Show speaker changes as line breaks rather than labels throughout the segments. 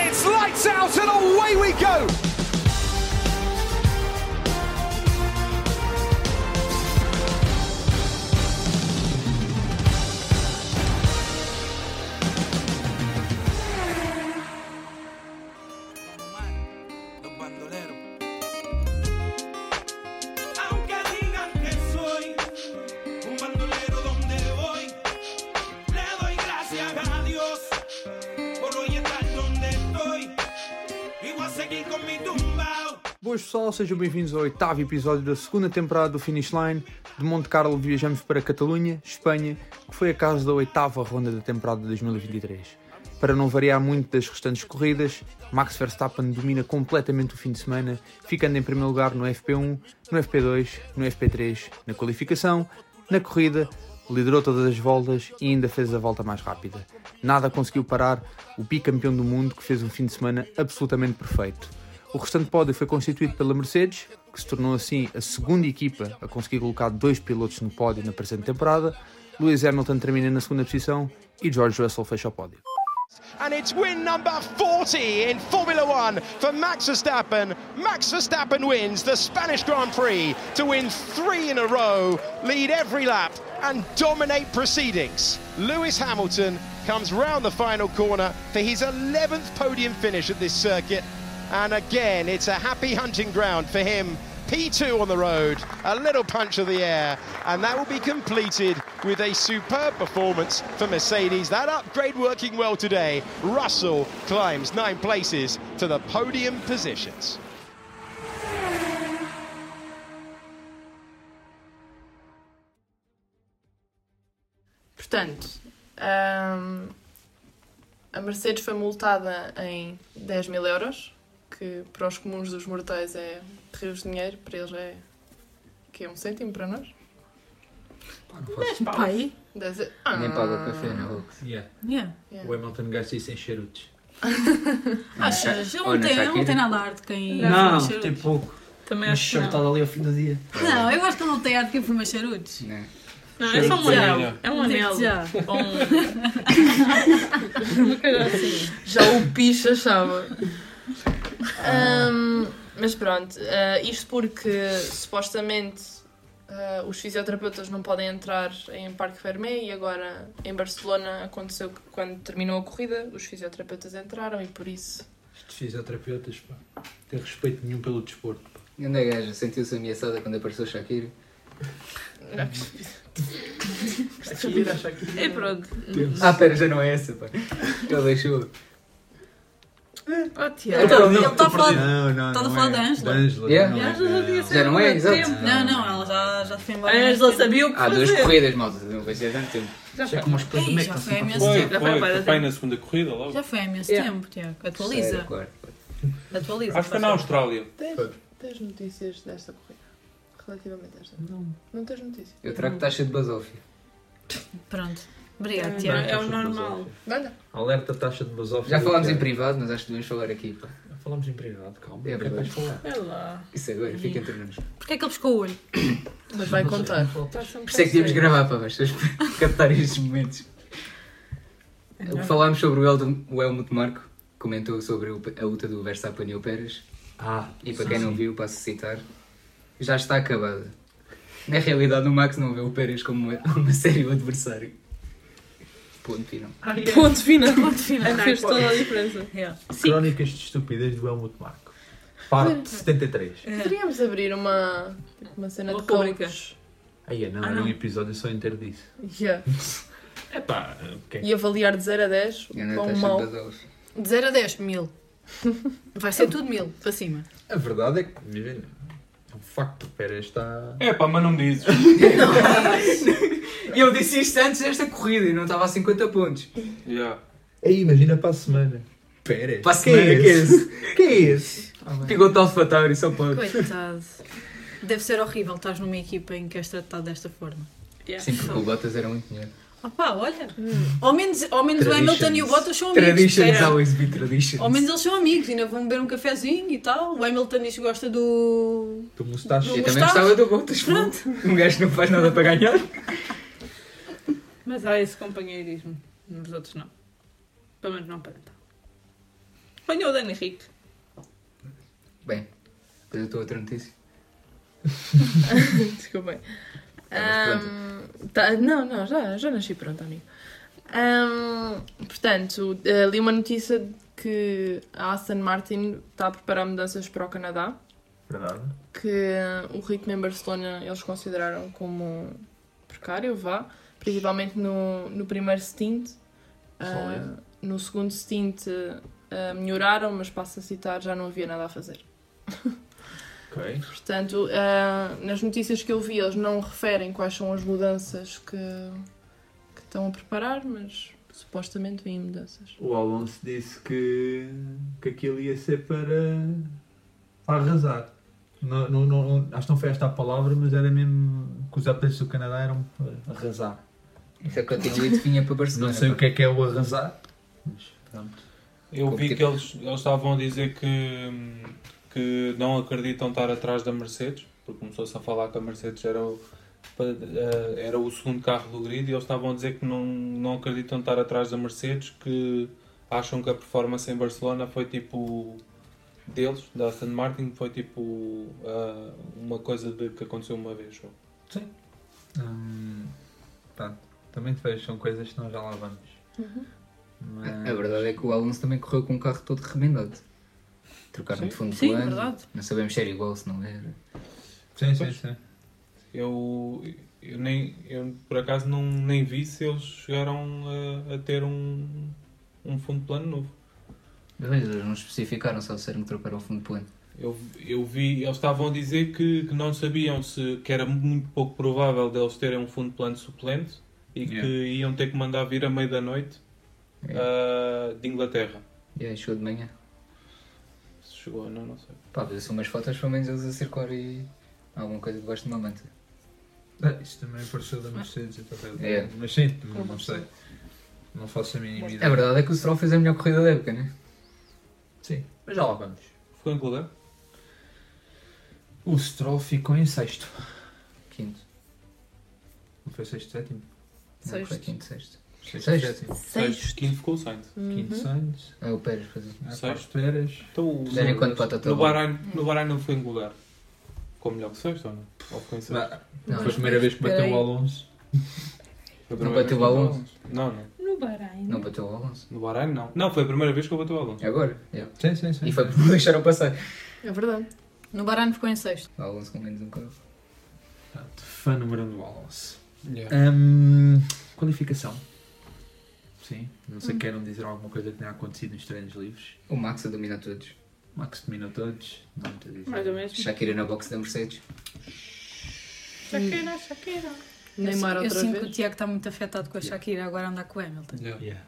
us out and away we go!
Los bandoleros. Aunque digan que soy un bandolero donde voy, le doy gracias a Dios por hoy estar donde estoy. Y voy a seguir con mi tumbao.
Boas pessoal, sejam bem-vindos ao oitavo episódio da segunda temporada do Finish Line. De Monte Carlo viajamos para Catalunha, Espanha, que foi a casa da oitava ronda da temporada de 2023. Para não variar muito das restantes corridas, Max Verstappen domina completamente o fim de semana, ficando em primeiro lugar no FP1, no FP2, no FP3, na qualificação, na corrida, liderou todas as voltas e ainda fez a volta mais rápida. Nada conseguiu parar o bicampeão do mundo que fez um fim de semana absolutamente perfeito. O restante pódio foi constituído pela Mercedes, que se tornou assim a segunda equipa a conseguir colocar dois pilotos no pódio na presente temporada. Lewis Hamilton termina na segunda posição e George Russell fecha o pódio.
and it's win number 40 in Formula One for Max Verstappen. Max Verstappen wins the Spanish Grand Prix to win three in a row, lead every lap, and dominate proceedings. Lewis Hamilton comes round the final corner for his 11th podium finish at this circuit, and again, it's a happy hunting ground for him. P2 on the road, a little punch of the air, and that will be completed with a superb performance for Mercedes. That upgrade working well today. Russell climbs nine places to the podium positions.
Portanto, hum, a Mercedes foi multada em 10 mil euros, que para os comuns dos mortais é rios de dinheiro, para eles é que é um cêntimo para nós.
Pai?
Dez e- Ah,
Nem paga o café na Hux.
Yeah.
O Hamilton gasta isso em charutos.
Achas? Ele não
Olha,
tem,
já
ele não
aqui-
tem nada a arte quem.
Não,
fuma
tem
charutos.
pouco.
Também
Mas
acho que não.
shortado ali ao fim do dia.
Não, eu acho que ele não tem arte quem fuma charutos.
Não.
Não, é só um
Já.
anel. É um anel.
Digo-te já.
Ou um- Uma coisa assim.
Já o bicho achava. Hum, mas pronto, eh, isto porque supostamente eh, os fisioterapeutas não podem entrar em Parque Fermé e agora em Barcelona aconteceu que quando terminou a corrida os fisioterapeutas entraram e por isso.
Estes fisioterapeutas, pá, tem respeito nenhum pelo desporto. pá.
E onde é a gaja sentiu-se ameaçada quando apareceu o Shakira?
É pronto.
Ah, pera, já não é essa, pá. Ele deixou.
Oh,
Ele
Tiago.
tá- ele está a falar.
Não, não,
Estás a
não
falar
é.
da Ângela?
Da Ângela,
Yeah.
não é,
Já, já devia ser
Já não é,
há muito
exato.
tempo.
Não, não, ela já, já foi
A
embora.
Angela sabia o que
Há Ah, duas
fazer.
corridas, malta. Não vai ser tanto tempo.
Já
Já
foi.
com umas coisas
Ei,
como é que
já
está sempre
foi
a
imenso.
falar.
Foi,
Já
foi,
foi há
foi,
bastante
pai na segunda corrida logo.
Já foi há imenso
Yeah.
tempo, Tiago.
Terceira,
Atualiza.
quarta, quarta.
Atualiza.
Acho que foi
é.
na Austrália.
Tens notícias desta corrida? Relativamente a esta? Não. Não tens notícias?
Eu trago taxa de basófia.
Pronto. Obrigado,
Não,
Tiago.
é o normal.
Manda.
Alerta taxa de basófia.
Já falámos em privado, mas acho que devemos falar aqui, pá.
Já falámos em privado, calma.
É verdade.
Olha lá.
Isso é agora, fica entre nós.
Então
Porquê é que ele piscou o olho?
Mas vai contar.
Por
Está sempre
isso é que tínhamos
assim.
de gravar, pá, mas captar estes momentos. Falámos sobre o, Helder, o Helmut Marco, comentou sobre o- a luta do Verstappen e o Pérez.
Ah,
E para quem não viu, para citar, já está acabada. Na realidade, o Max não vê o Pérez como uma, uma sério adversário. Ponto final.
Ponto final. é. Ponto
final.
Fez toda a diferença.
Yeah.
Crónicas de Estupidez do Helmut Marco. Parte 73.
É.
Poderíamos abrir uma, tipo, uma cena
Uma
de
rubrica.
coach
Aí é, não,
Ah,
era um
não.
episódio só inteiro disso.
Yeah.
É pá,
eh,
quem
e avaliar de 0 a 10 o
E ainda
quão
taxa
mal
de badalhos.
De 0 a 10, mil. Vai ser tudo mil, para cima.
A verdade é que, vivem, é um facto, Pérez está...
É pá, mas não me dizes.
E eu disse isto antes desta corrida e não estava a 50 pontos.
Yeah.
Aí, imagina para a semana. Pérez.
Para a
Quem
semana,
é
que é
esse?
esse?
Quem é esse?
Ficou tal fatário, só pode.
Coitado. Deve ser horrível estás numa equipa em que és tratado desta forma.
Yeah.
Sim, porque o Bottas era muito melhor.
Opá, olha. Ao menos, ao menos o Hamilton e o Bottas são amigos.
Traditions
percebes?
always be traditions.
Ao menos eles são amigos, ainda vão beber um cafezinho e tal. O Hamilton diz que gosta do.
Tu mustache.
Eu
Não
também
gostaste?
gostava do Bottas. pô. Um gajo não faz nada para ganhar.
Mas há esse companheirismo. Nos outros não. Pelo menos não aparenta. Apanhou o Dani Henrique.
Bem, depois eu estou a outra notícia.
Desculpem.
Estavas
Ahm, tá- não, não, já, já nasci pronto, amigo. Ahm, portanto, eh, li uma notícia de que a Aston Martin está a preparar mudanças para o Canadá,
Verdade.
que eh, o ritmo em Barcelona eles consideraram como precário, vá, principalmente no, no primeiro stint. Ah,
Sólido.
no segundo stint ah, melhoraram, mas passo a citar, já não havia nada a fazer.
Ok.
Portanto, ah, nas notícias que eu vi, eles não referem quais são as mudanças que, que estão a preparar, mas supostamente vêm mudanças.
O Alonso disse que, que aquilo ia ser para, para arrasar. Não, não, não, acho que não foi esta a palavra, mas era mesmo que os apelidos do Canadá eram para arrasar.
Isso é que eu tinha lido vinha para Barcelona.
Não sei o que é que é o arrasar, mas pronto.
Eu
Como
vi
tipo-
que eles, eles estavam a dizer que, hum, que não acreditam estar atrás da Mercedes, porque começou-se a falar que a Mercedes era o, pa- eh, era o segundo carro do grid e eles estavam a dizer que não, não acreditam estar atrás da Mercedes, que acham que a performance em Barcelona foi tipo deles, da Aston Martin, foi tipo ah, uma coisa de, que aconteceu uma vez. ou-
Hum, pronto. Também te vejo, são coisas que nós já lá vamos.
Uhum. A verdade é que o Alonso também correu com o carro todo remendado. Trocaram de fundo
Sim,
de ano.
verdade.
Não sabemos se era igual, se não era.
Sim, sim, sim.
Eu, eu, nem, eu por acaso não, nem vi se eles chegaram a, a ter um, um fundo de plano novo.
Mas Eles não especificaram só disseram que trocaram o fundo de plano.
Eu, eu vi, eles estavam a dizer que, que não sabiam se que era muito pouco provável deles terem um fundo de plano suplente e
Yeah.
que iam ter que mandar vir a meio da noite ah, de Inglaterra.
E aí chegou de manhã.
Se chegou ou não, não sei.
Pá, mas são umas fotos, pelo menos eles a circular e alguma coisa debaixo de uma manta.
Ah, isso também apareceu da Mercedes, eu também-
É.
mas sim, não, não sei. Não faço a mínima
A
ideia.
verdade é que o Stroll fez a melhor corrida da época, né?
Sim, mas já lá vamos.
Ficou em que lugar?
O Stroll ficou em sexto.
Quinto.
Não foi sexto, sétimo?
Não, foi
Sexto.
quinto, sexto.
Sexto,
Sexto.
sétimo.
Sexto. Quinto ficou o Sainz.
Hum.
Uhum.
Quinto Sainz.
É o Pérez fazer.
Sexto.
Sexto Ah, Pérez.
Então, o-
Era enquanto batata
no,
boa.
Bahrein, no Bahrein não foi em que lugar? Ficou melhor que sexto ou não? Ou ficou em sexto?
Não,
Foi a primeira vez que bateu
Peraí.
o Alonso.
Foi a
Não
primeira
bateu
vez que
o
eu
Alonso?
bati- Não, não.
No Bahrein.
Não bateu o Alonso.
No Bahrein não. Não, foi a primeira vez que eu bati o Alonso.
É agora? É.
Sim, sim, sim.
E foi porque deixaram passar.
É verdade.
No Barano ficou em sexto.
O Alonso com menos um carro.
Portanto, fã número um do Alonso.
Yeah.
Hum, qualificação. Sim, não
Hum. Uhum.
sei queiram dizer alguma coisa que tenha acontecido nos treinos livres.
O Max a dominar todos.
Max dominou todos. Não muito a dizer.
Mais ou menos.
Shakira na box da Mercedes.
Shakira, Shakira.
Neymar
eu
outra
sinto que o
vez.
Tiago está muito afetado com a Shakira agora andar com o Hamilton.
Yeah.
Yeah.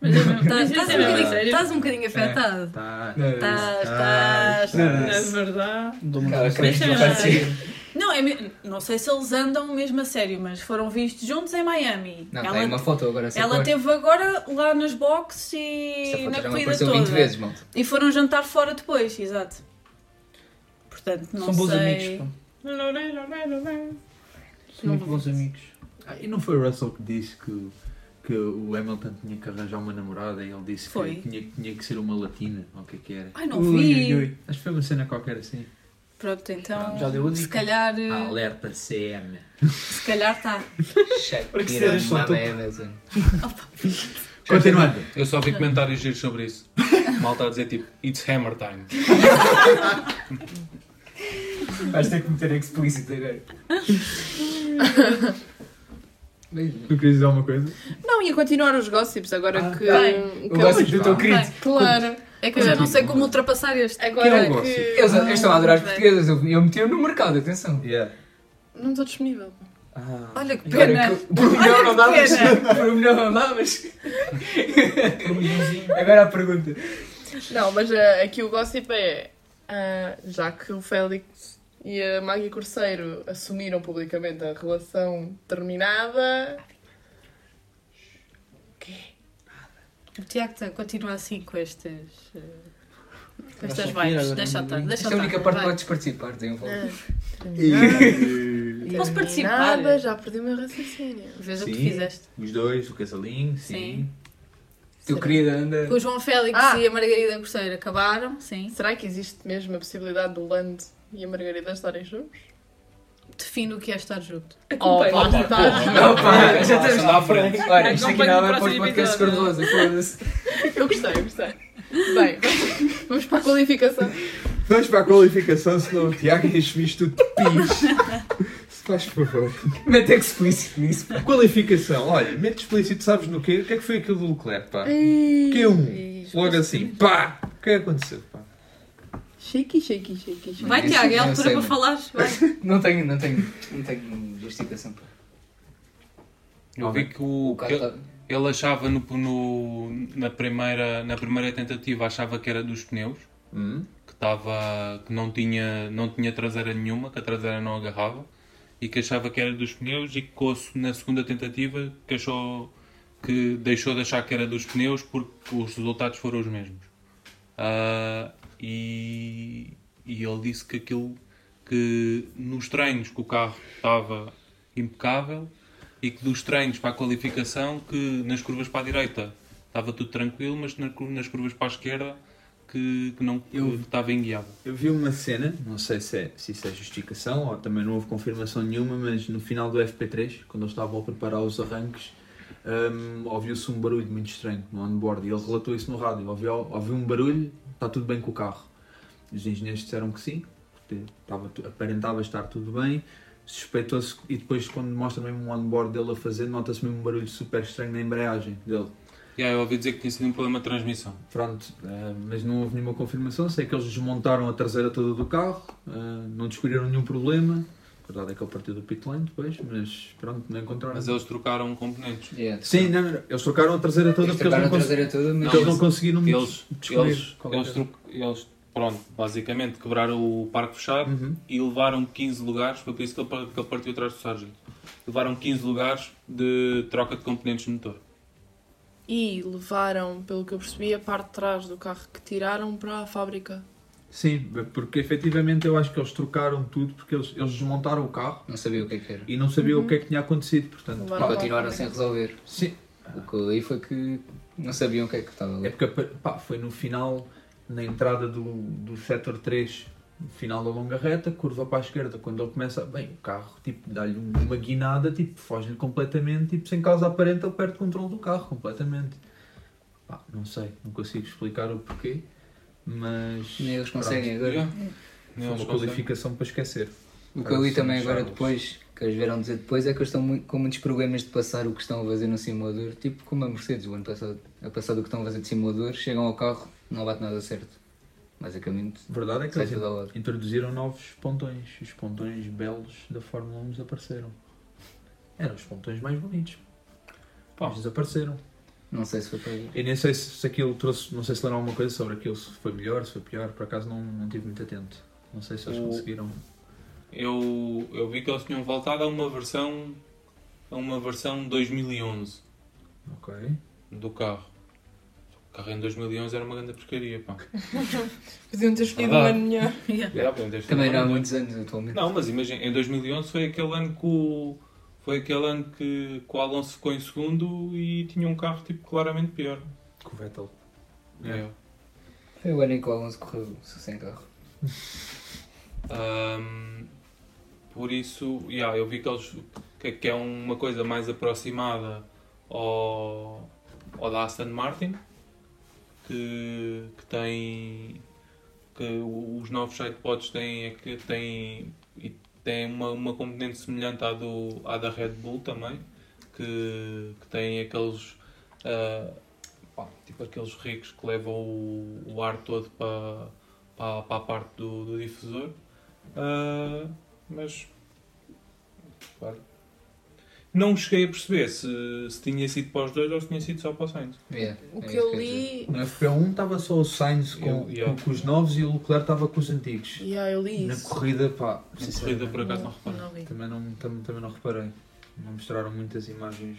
Mas é mesmo.
Tá-
mas
Estás
isso
um
é mesmo
bocadinho-
sério.
estás um bocadinho afetado.
Tá.
Estás,
Estás,
tá,
estás,
É
estás.
verdade.
Cara, creio que não
Deixa-me
faz sentido.
Não, é me- não sei se eles andam mesmo a sério, mas foram vistos juntos em Miami.
Não,
ela
tem uma foto agora a
ela
circular.
teve agora lá nas boxes
Essa
e
foto
na
já me
corrida
apareceu
toda.
20 vezes, malta.
E foram jantar fora depois, exato. Portanto, não
São bons
sei.
amigos. pá.
Loré, loré, loré.
São muito bons amigos. Ah, e não foi o Russell que disse que, que o Hamilton tinha que arranjar uma namorada e ele disse
Foi.
que tinha, tinha que ser uma latina, ou o que é que era?
Ai, não
Ui, ui,
vi.
ui. Acho que foi uma cena qualquer assim.
Pronto, então.
Já deu a
se
dica.
calhar. eh,
Ah,
Alerta CM.
Se calhar tá. está.
Shakira
seres só
mama
tu?
é Amazon.
Continuando.
Eu só vi comentários giros sobre isso. Malta a dizer tipo, it's hammer time.
Vais ter que meter explícito agora.
Tu querias dizer alguma coisa?
Não, ia continuar os gossips agora
bem.
que.
Ah, Eu gosto do teu querido.
Bem,
Claro.
É que eu já não sei como ultrapassar este.
Agora
gossip?
que.
Eles, eles estão a adorar as portuguesas. Eu, eu meti-o no mercado, atenção.
Yeah.
Não estou disponível.
Olha que
Ah. Agora,
pena.
que por melhor não dá, mas. Por melhor não dá, mas. Agora a pergunta.
Não, mas eh, aqui o gossip é. ah, já que o Félix e a Maggie Corseiro assumiram publicamente a relação terminada.
O Tiago tá- continua assim com estas. eh, Com estas vibes. Deixa estar, deixa
Esta é a
estar.
única parte que
vai.
podes participar, um desenvolve.
Posso participar?
Terminada, já perdi o meu raciocínio.
Veja o que
Sim.
fizeste.
Os dois, o casalinho, sim.
sim.
Teu querido anda.
O João Félix
Ah.
e a Margarida Costeira acabaram, sim.
Será que existe mesmo a possibilidade do Land e a Margarida estarem juntos?
Defino o que é estar junto.
Oh, pá,
Opa,
Não, pá, já estamos
à frente.
Olha, isto
Não
aqui
ponho
não
no
é para os
próximo
podcasts
episódio.
cor-de-rosa, foda-se.
Eu gostei, eu gostei. Bem, vamos para a qualificação.
Vamos para a qualificação, senão o Tiago enche-me isto tudo de pis. Se faz favor.
Mete explícito nisso.
Qualificação, olha, mete explícito, sabes no quê? O que é que foi aquilo do Leclerc, pá? Q1. Logo assim, pá! O que é que aconteceu, pá?
Shakey, shakey, shakey, shakey.
Vai, Tiago, é a
Não
altura
sei,
para
mano.
falar.
Não tenho, não tenho, não tenho justificação para.
Eu vi que o.
O cara
que
tá-
Ele achava no, no- na, primeira, na primeira tentativa achava que era dos pneus,
Hum?
que estava que não tinha, não tinha traseira nenhuma, que a traseira não agarrava, e que achava que era dos pneus e que com a se- na segunda tentativa que achou que deixou de achar que era dos pneus porque os resultados foram os mesmos. Ah, e, e ele disse que aquilo que nos treinos que o carro estava impecável e que dos treinos para a qualificação que nas curvas para a direita estava tudo tranquilo, mas na cur- nas curvas para a esquerda que, que não que estava enguiado.
Eu vi uma cena, não sei se, é, se isso é justificação ou também não houve confirmação nenhuma, mas no final do FP3, quando eles estavam a preparar os arranques, hum, ouviu-se um barulho muito estranho no onboard e ele relatou isso no rádio. Ouvi, ouvi um barulho, está tudo bem com o carro. Os engenheiros disseram que sim, porque estava, tu- aparentava estar tudo bem. Suspeitou-se e depois, quando mostra mesmo um onboard dele a fazer, nota-se mesmo um barulho super estranho na embreagem dele.
E aí eu ouvi dizer que tinha sido um problema de transmissão.
Pronto, eh, mas não houve nenhuma confirmação. Sei que eles desmontaram a traseira toda do carro, eh, não descobriram nenhum problema. A verdade é que ele partiu do pit lane depois, mas pronto, não encontraram.
Mas eles trocaram componentes.
Yeah.
Sim, não, não, eles trocaram a traseira toda
Eles
porque eles
É, trocaram
não,
a
cons-
traseira toda, mas
porque eles não conseguiram
Eles,
descobrir.
eles,
qual é
eles,
era.
tro- eles, pronto, basicamente quebraram o parque fechado
Uhum.
e levaram 15 lugares, foi por isso que ele, par- que ele partiu atrás do Sargento. Levaram 15 lugares de troca de componentes de motor.
E levaram, pelo que eu percebi, a parte de trás do carro que tiraram para a fábrica.
Sim, porque efetivamente eu acho que eles trocaram tudo porque eles, eles desmontaram o carro
não sabia o que é que era.
e não sabiam o que é que tinha acontecido. Portanto,
Levaram
E
pá,
para a
continuaram sem
fábrica.
resolver.
sim,
O que eu li foi que não sabiam o que é que estava
É
ali.
porque pá, foi no final, na entrada do, do setor 3, no final da longa reta, curva para a esquerda, quando ele começa, bem, o carro tipo, dá-lhe uma guinada, tipo, foge-lhe completamente, tipo, sem causa aparente, ele perde o controle do carro completamente. Pá, não sei, não consigo explicar o porquê, mas.
Nem eles conseguem
pronto,
agora.
Foi uma
Não, eles conseguem.
qualificação para esquecer.
O que eu li
Parece
também
um
agora é
Charles.
depois, que eles vieram dizer depois, é que eles estão muito- com muitos problemas de passar o que estão a fazer no simulador, tipo como a Mercedes o ano passado. A passar do que estão a fazer de simulador, chegam ao carro, não bate nada certo. Basicamente,
A verdade é que
sai
eles
tudo ao lado.
introduziram novos pontões. Os pontões belos da Fórmula 1 desapareceram. Eram os pontões mais bonitos.
Pá.
Mas desapareceram.
Não sei se foi para aí.
E nem sei se, se aquilo trouxe, não sei se leram alguma coisa sobre aquilo, se foi melhor, se foi pior, por acaso não, não estive muito atento. Não sei se eles
O-
conseguiram.
Eu, eu vi que eles tinham voltado a uma versão a uma versão 2011
Ok.
do carro. O carro em 2011 era uma grande porcaria, pá.
Podiam ter escolhido
Ah,
um
vá.
ano melhor.
É, pá, deve ser
Também
uma
não há
grande-
muitos anos atualmente.
Não, mas imagina, em 2011 foi aquele ano que o, foi aquele ano que, que o Alonso ficou em segundo e tinha um carro tipo claramente pior.
Com o Vettel.
É.
Foi o ano em que o Alonso correu sem carro.
Ahm, por isso, yeah, eu vi que, eles, que, que é uma coisa mais aproximada ao, ao da Aston Martin, que, que tem que o- os novos sidepods têm, é que têm, e têm uma, uma componente semelhante à, do, à da Red Bull também, que, que tem aqueles ah, pá, tipo aqueles ricos que levam o, o ar todo para, para, para a parte do, do difusor. Ah, mas. Claro. Não cheguei a perceber se, se tinha sido para os dois ou se tinha sido só para o Sainz.
Yeah,
O
é
que
isso
eu
ia dizer.
li.
Na F1 estava um só o Sainz com,
Eu- yeah.
com- com os novos e o Leclerc estava com os antigos.
Yeah, eu li
Na
isso.
corrida, pá,
Na corrida, por
sinceramente,
acaso, não reparei.
Não li.
também, não, tam- também não reparei. Não mostraram muitas imagens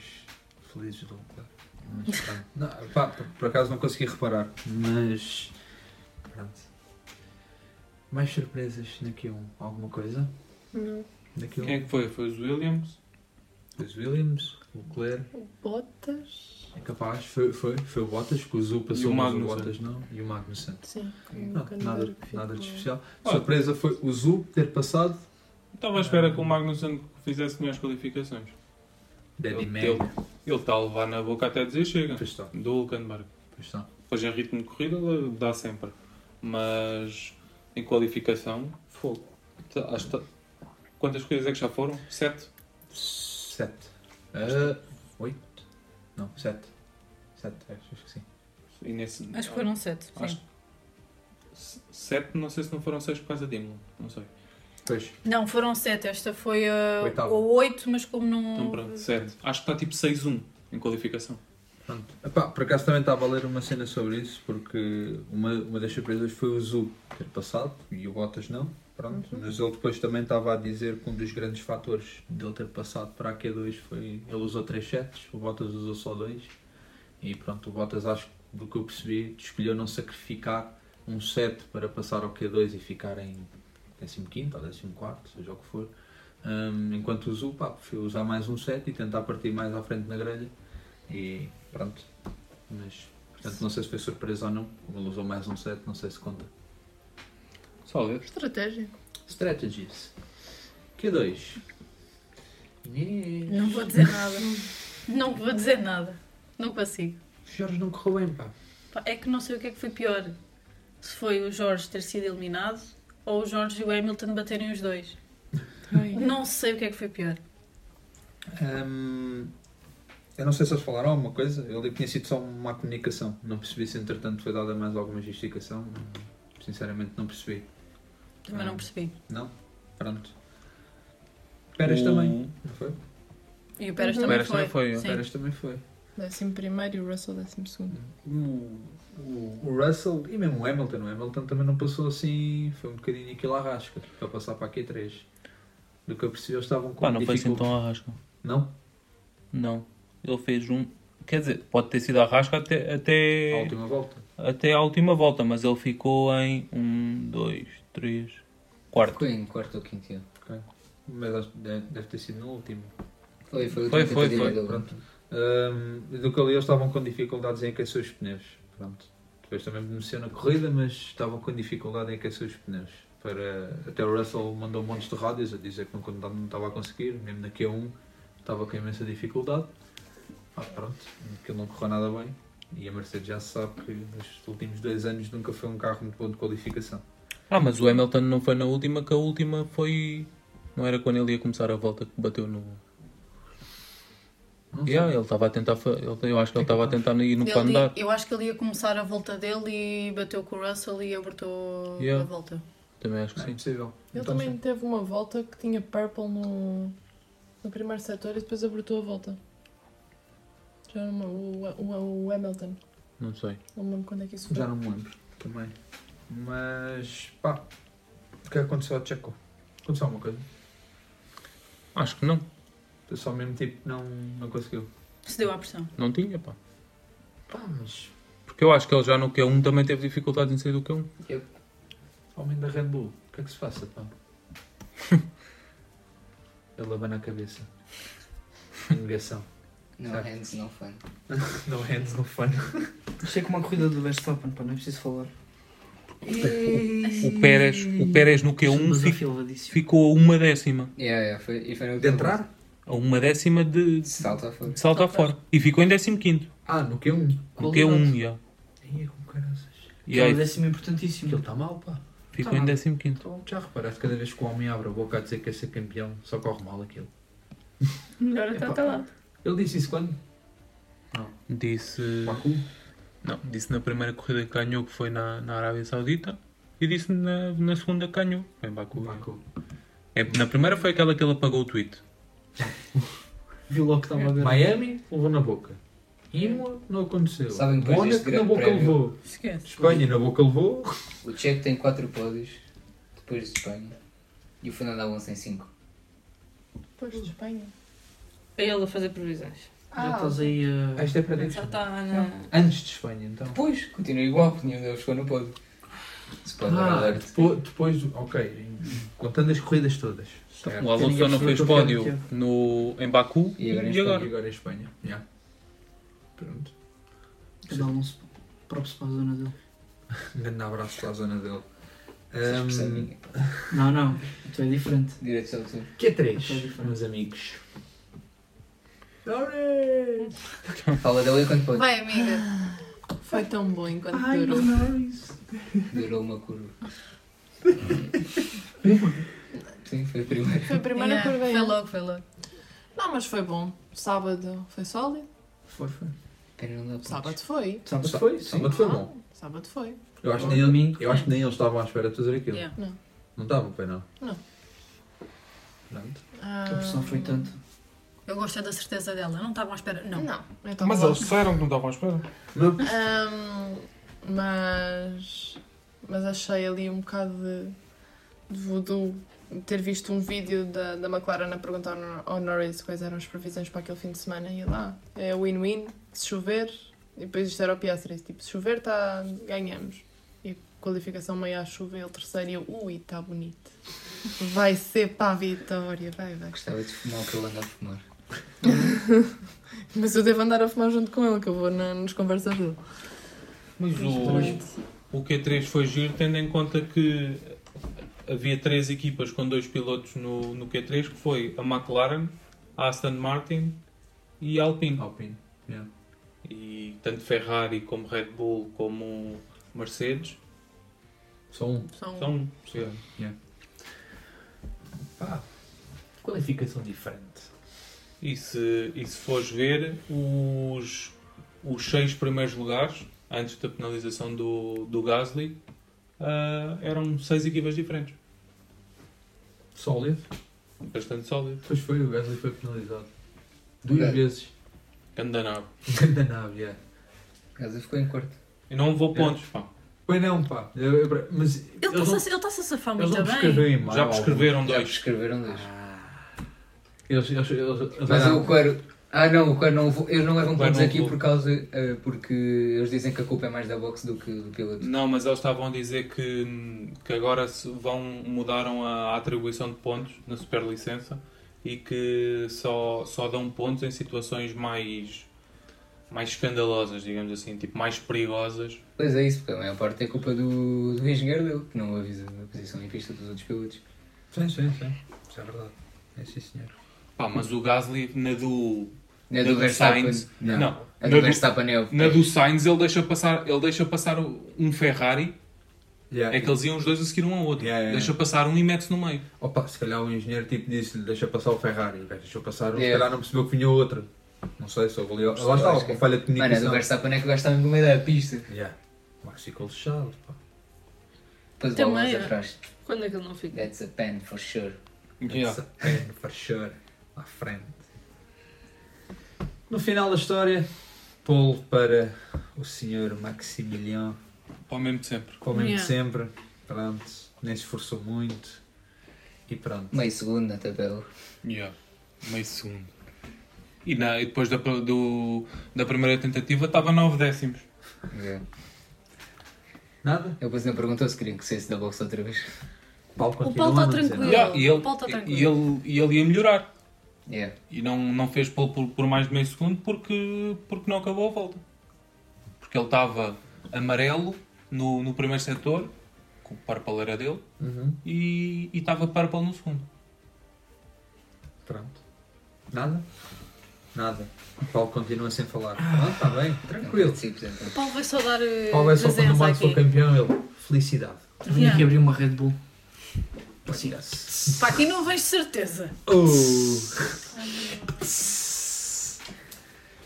felizes do Leclerc. Mas, pronto. não, pá, por, por acaso não consegui reparar, mas. Pronto. Mais surpresas na Q1? Alguma coisa?
Não.
Daquilo?
é
Quem é que foi? Foi os Williams?
Depois Williams, Leclerc.
Botas.
É capaz, foi, foi, foi o Bottas, que o Zul
E
passou,
o
mas o
Magnussen.
Bottas não, e o Magnussen.
Sim,
Não,
nunca
nada,
ficou.
nada de especial. A surpresa foi o Zul ter passado.
Estava à espera que o Magnussen fizesse melhores qualificações.
Daddy
Ele-
Mag.
ele- Ele está a levar na boca até dizer chega.
Pois está,
Do Hulkenberg.
pois está.
Depois em ritmo de corrida ele dá sempre. Mas em qualificação, fogo. Tá- acho que tá- Quantas corridas é que já foram? Sete?
Sete. Ah, oito? Não, sete. Sete, acho acho que sim.
E nesse-
Acho que foram sete.
Acho-
Sim.
S- Sete, não sei se não foram seis por causa de Imola, não sei.
Pois,
Não, foram sete. Esta foi a
Oitava.
ou oito, mas como não.
Hum.
Então pronto, sete. Acho que está tipo 6-1 em qualificação.
pronto. Epá, por acaso também estava a ler uma cena sobre isso, porque uma, uma das surpresas foi o Zul ter passado e o Bottas não. Pronto, mas ele depois também estava a dizer que um dos grandes fatores dele ter passado para a Q2 foi ele usou três sets, o Bottas usou só dois e pronto, o Bottas acho que do que eu percebi escolheu não sacrificar um set para passar ao Q2 e ficar em 15 ou 14, seja o que for, Hum, enquanto o Zul pá, preferiu usar mais um set e tentar partir mais à frente na grelha e pronto, mas portanto não sei se foi surpresa ou não, como ele usou mais um set, não sei se conta.
Só ler.
Estratégia.
Strategies. Q2.
Não vou dizer nada. não vou dizer nada. Não consigo.
Jorge não correu bem, pá.
Pá, É que não sei o que é que foi pior. Se foi o Jorge ter sido eliminado ou o Jorge e o Hamilton baterem os dois. Não sei o que é que foi pior.
Hum, eu não sei se eles falaram alguma coisa, eu li que tinha sido só uma comunicação. Não percebi se entretanto foi dada mais alguma justificação. Hum, Sinceramente não percebi.
Também
Ah.
não percebi.
Não? Pronto. Pérez também. Não foi?
E o Pérez
Uhum.
também
Pérez
foi.
também foi, é.
Sim.
Pérez também foi.
Décimo primeiro e o Russell décimo segundo.
Uhum. O, o, o Russell e mesmo o Hamilton. O Hamilton também não passou assim. Foi um bocadinho aquilo à rasca para passar para a Q3. Do que eu percebi, eles estavam com
Pá, não foi assim
dificuldade.
tão arrasca.
Não?
Não. Ele fez um. Quer dizer, pode ter sido arrasca até,
A
até,
última volta.
até a última volta, mas ele ficou em um, dois, três, quarto.
Ficou em quarto ou quinto. já.
Mas acho que deve deve ter sido no último.
Foi, foi,
Foi,
foi,
foi,
foi,
foi,
pronto. Hum, do que eu li, eles estavam com dificuldades em aquecer os pneus. Pronto. Depois também mexeu na corrida, mas estavam com dificuldade em aquecer os pneus. Para... Até o Russell mandou montes de rádios a dizer que não, con- não estava a conseguir, mesmo na Q1 estava com imensa dificuldade. Ah, pronto, aquilo não correu nada bem. E a Mercedes já se sabe que nos últimos dois anos nunca foi um carro muito bom de qualificação.
Ah, mas o Hamilton não foi na última, que a última foi. Não era quando ele ia começar a volta que bateu no.
Não sei.
Yeah, ele estava a tentar. fa- ele- Eu acho que ele estava a tentar ir no
Ele
andar.
ia- eu acho que ele ia começar a volta dele e bateu com o Russell e abortou
Yeah.
a volta.
Também acho que
É
sim.
impossível.
Ele
Então,
também teve uma volta que tinha purple no, no primeiro setor e depois abortou a volta. Já era uma, o, o, o Hamilton.
Não sei.
Não me lembro quando é que isso foi.
Já não me lembro também. Mas pá, o que aconteceu ao Checo? Aconteceu alguma coisa?
Acho que não.
O pessoal mesmo tipo não, não conseguiu.
Se deu à pressão.
Não tinha, pá.
Pá, mas
Porque eu acho que ele já no Q1 também teve dificuldades em sair do Q1.
homem da Red Bull, o que é que se faça, pá? Ele abana a cabeça. Negação.
Não,
Certo.
hands, não fun.
No hands, no fun.
Achei que uma corrida do Verstappen, pá, não é preciso falar.
O Pérez, o Pérez no Q1
Mas
fi-
afilvadíssimo.
ficou a uma décima.
Yeah, yeah, foi, e foi no
De entrar?
A uma décima de, de
Salta foi.
saltar fora. E ficou em décimo quinto.
Ah, no Q1.
No
Qualidade.
Q1, já.
Aí é como caraças.
E
Foi
aí
um décimo
Ele
importantíssimo.
está mal, pá.
ficou
Tá
em décimo quinto.
Então, já reparaste, cada vez que o homem abre a boca a dizer que é ser campeão, só corre mal aquilo.
Melhor até calado.
Ele disse isso quando?
Disse.
Ah. Baku?
Não, disse na primeira corrida que ganhou, que foi na, na Arábia Saudita. E disse na, na segunda que ganhou. Foi em Baku.
Baku.
É, na primeira foi aquela que ele apagou o tweet.
Viu logo que estava a ver.
Miami levou na boca. Imola não aconteceu.
Sabem que depois
Mónaco
deste
é na
grande
boca
prémio-
levou.
Esquece.
é?
Espanha na boca levou.
O Checo tem 4 pódios, depois de Espanha, e o Fernando Alonso tem 5.
Depois de Espanha.
É
Ah,
Ele a fazer previsões.
Ah,
Já estás aí a.
Esta é para
Já
dentro.
está né? na.
Antes de Espanha, então.
Depois, continua igual, nenhum deles ficou no pódio. Spoiler alert.
Ah, depois, depois, ok, contando as corridas todas.
O Alonso só não fez pódio no, em Baku
é. E agora em
e
Espanha.
agora.
E agora em Espanha. Yeah. Pronto.
Cada um se próprio para a zona dele.
Um grande abraço para a zona dele.
expressão
Ahm,
Não, não. Tu é diferente.
Direitos de autor.
Q3, é meus amigos.
Fala dele enquanto pode.
Vai, amiga. Foi tão bom enquanto
Ai,
durou.
Durou uma curva. Sim, foi a primeira.
Foi a primeira
Yeah,
curva aí.
Foi logo, foi logo.
Não, mas foi bom. Sábado foi sólido.
Foi, foi.
Pena não dá
Sábado foi.
Sábado foi, sábado foi bom.
Sábado foi.
Eu acho, que nem, ele- eu acho que nem eles estavam à espera de fazer aquilo.
Não.
Não estavam, foi não.
Não.
Pronto.
Ah,
tanto.
Eu gosto é da certeza dela. Não estavam à espera. Não.
Não.
tá
Mas eles disseram que não estavam à espera.
Ahm, mas. Mas achei ali um bocado de, de voodoo ter visto um vídeo da, da McLaren a perguntar ao Nor- ao Norris quais eram as previsões para aquele fim de semana e lá é win-win, se chover, e depois isto era o Piastri, tipo, se chover tá, ganhamos. E qualificação meia à chuva, ele terceiro e eu, ui, está bonito. Vai ser para a vitória, vai, vai.
Gostava de fumar o que ele anda a fumar.
Mas eu devo andar a fumar junto com ele, que eu vou na, nas conversas dele.
Mas o, o Q3 foi giro, tendo em conta que havia três equipas com dois pilotos no, no Q3, que foi a McLaren, a Aston Martin e a Alpine.
Alpine, yeah.
E tanto Ferrari como Red Bull como Mercedes.
Só um.
Só um.
Só um, sim.
Yeah. Pá, é qualificação um diferente.
E se, e se fores ver, os, os seis primeiros lugares, antes da penalização do, do Gasly, ah, eram seis equipas diferentes.
Sólido.
Bastante sólido.
Pois foi, o Gasly foi penalizado. Duas
Ok.
vezes. é.
Ganda nave.
Ganda nave, yeah.
O Gaza ficou em quarto.
E não levou
É.
pontos, pá.
Pois não, pá. Eu- eu- mas
Ele está-se ele tá-se a safar
eles
muito
não
bem.
prescreveram mal.
Já prescreveram
Já
dois.
prescreveram dois.
Ah. Eles, eles, eles, eles
Mas
andaram-
o Coelho. Ah não, o Coelho não levou. Eles não levam
O Coelho
pontos
não
aqui
levou.
por causa. eh, porque eles dizem que a culpa é mais da box do que do piloto.
Não, mas eles estavam a dizer que, que agora se vão, mudaram a atribuição de pontos na superlicença e que só, só dão pontos em situações mais, mais escandalosas, digamos assim, tipo mais perigosas.
Pois é isso, porque a maior parte é culpa do, do engenheiro dele, que não avisa a posição em pista dos outros pilotos.
Sim, sim, sim. Isso é verdade. É sim, senhor.
Pá, mas o Gasly na do.
Na do Verstappen,
Não.
não. A do
Na
Verstappen é o-
Na do Sainz ele deixa passar, ele deixa passar um Ferrari.
Yeah.
É que eles iam os dois a seguir um ao outro.
Yeah, yeah.
Deixa passar um e mete-se no meio.
Opa, se calhar o engenheiro tipo disse-lhe deixa passar o Ferrari, o gajo deixou passar, o se
É.
calhar não percebeu que vinha outro. Não sei, só avaliou.
Eu
Lá estava,
acho que-
com falha
Mano,
de
a do
comunicação.
Verstappen é que o gajo estava no meio da pista.
Yeah. Mas ficou lixado, pá.
Depois o
Também
Alonso
é.
atrás.
Quando é que ele não fica?
That's a pen for sure.
Essa pena, for sure. À frente. No final da história, Paulo para o senhor Maximiliano,
Para o mesmo de sempre.
como
Yeah.
de sempre. Pronto, nem se esforçou muito. E pronto.
Meio segundo na tabela.
Yeah. Meio segundo. E, na- e depois da, pro- do- da primeira tentativa estava 9 décimos.
Yeah.
Nada?
Ele depois não perguntou se queriam que saísse da box outra vez.
Paulo
Paulo
continua a
está
não dizer
tranquilo.
nada.
Yeah, e, ele,
o Paulo está tranquilo.
e, ele, e ele ia melhorar.
Yeah.
E não, não fez pole por, por mais de meio segundo porque, porque não acabou a volta. Porque ele estava amarelo no, no primeiro setor, com o purple era dele,
Uhum.
e e estava purple no segundo.
Pronto. Nada? Nada. O Paulo continua sem falar. Pronto, está
É
bem,
um
tranquilo.
Sim, por exemplo.
O Paulo vai só dar eh,
O Paulo é só quando o
presença
Max
aqui.
for campeão, ele. Felicidade.
Eu vim
Yeah.
aqui abrir uma Red Bull. Assim,
Pá, aqui não vejo certeza.
Oh.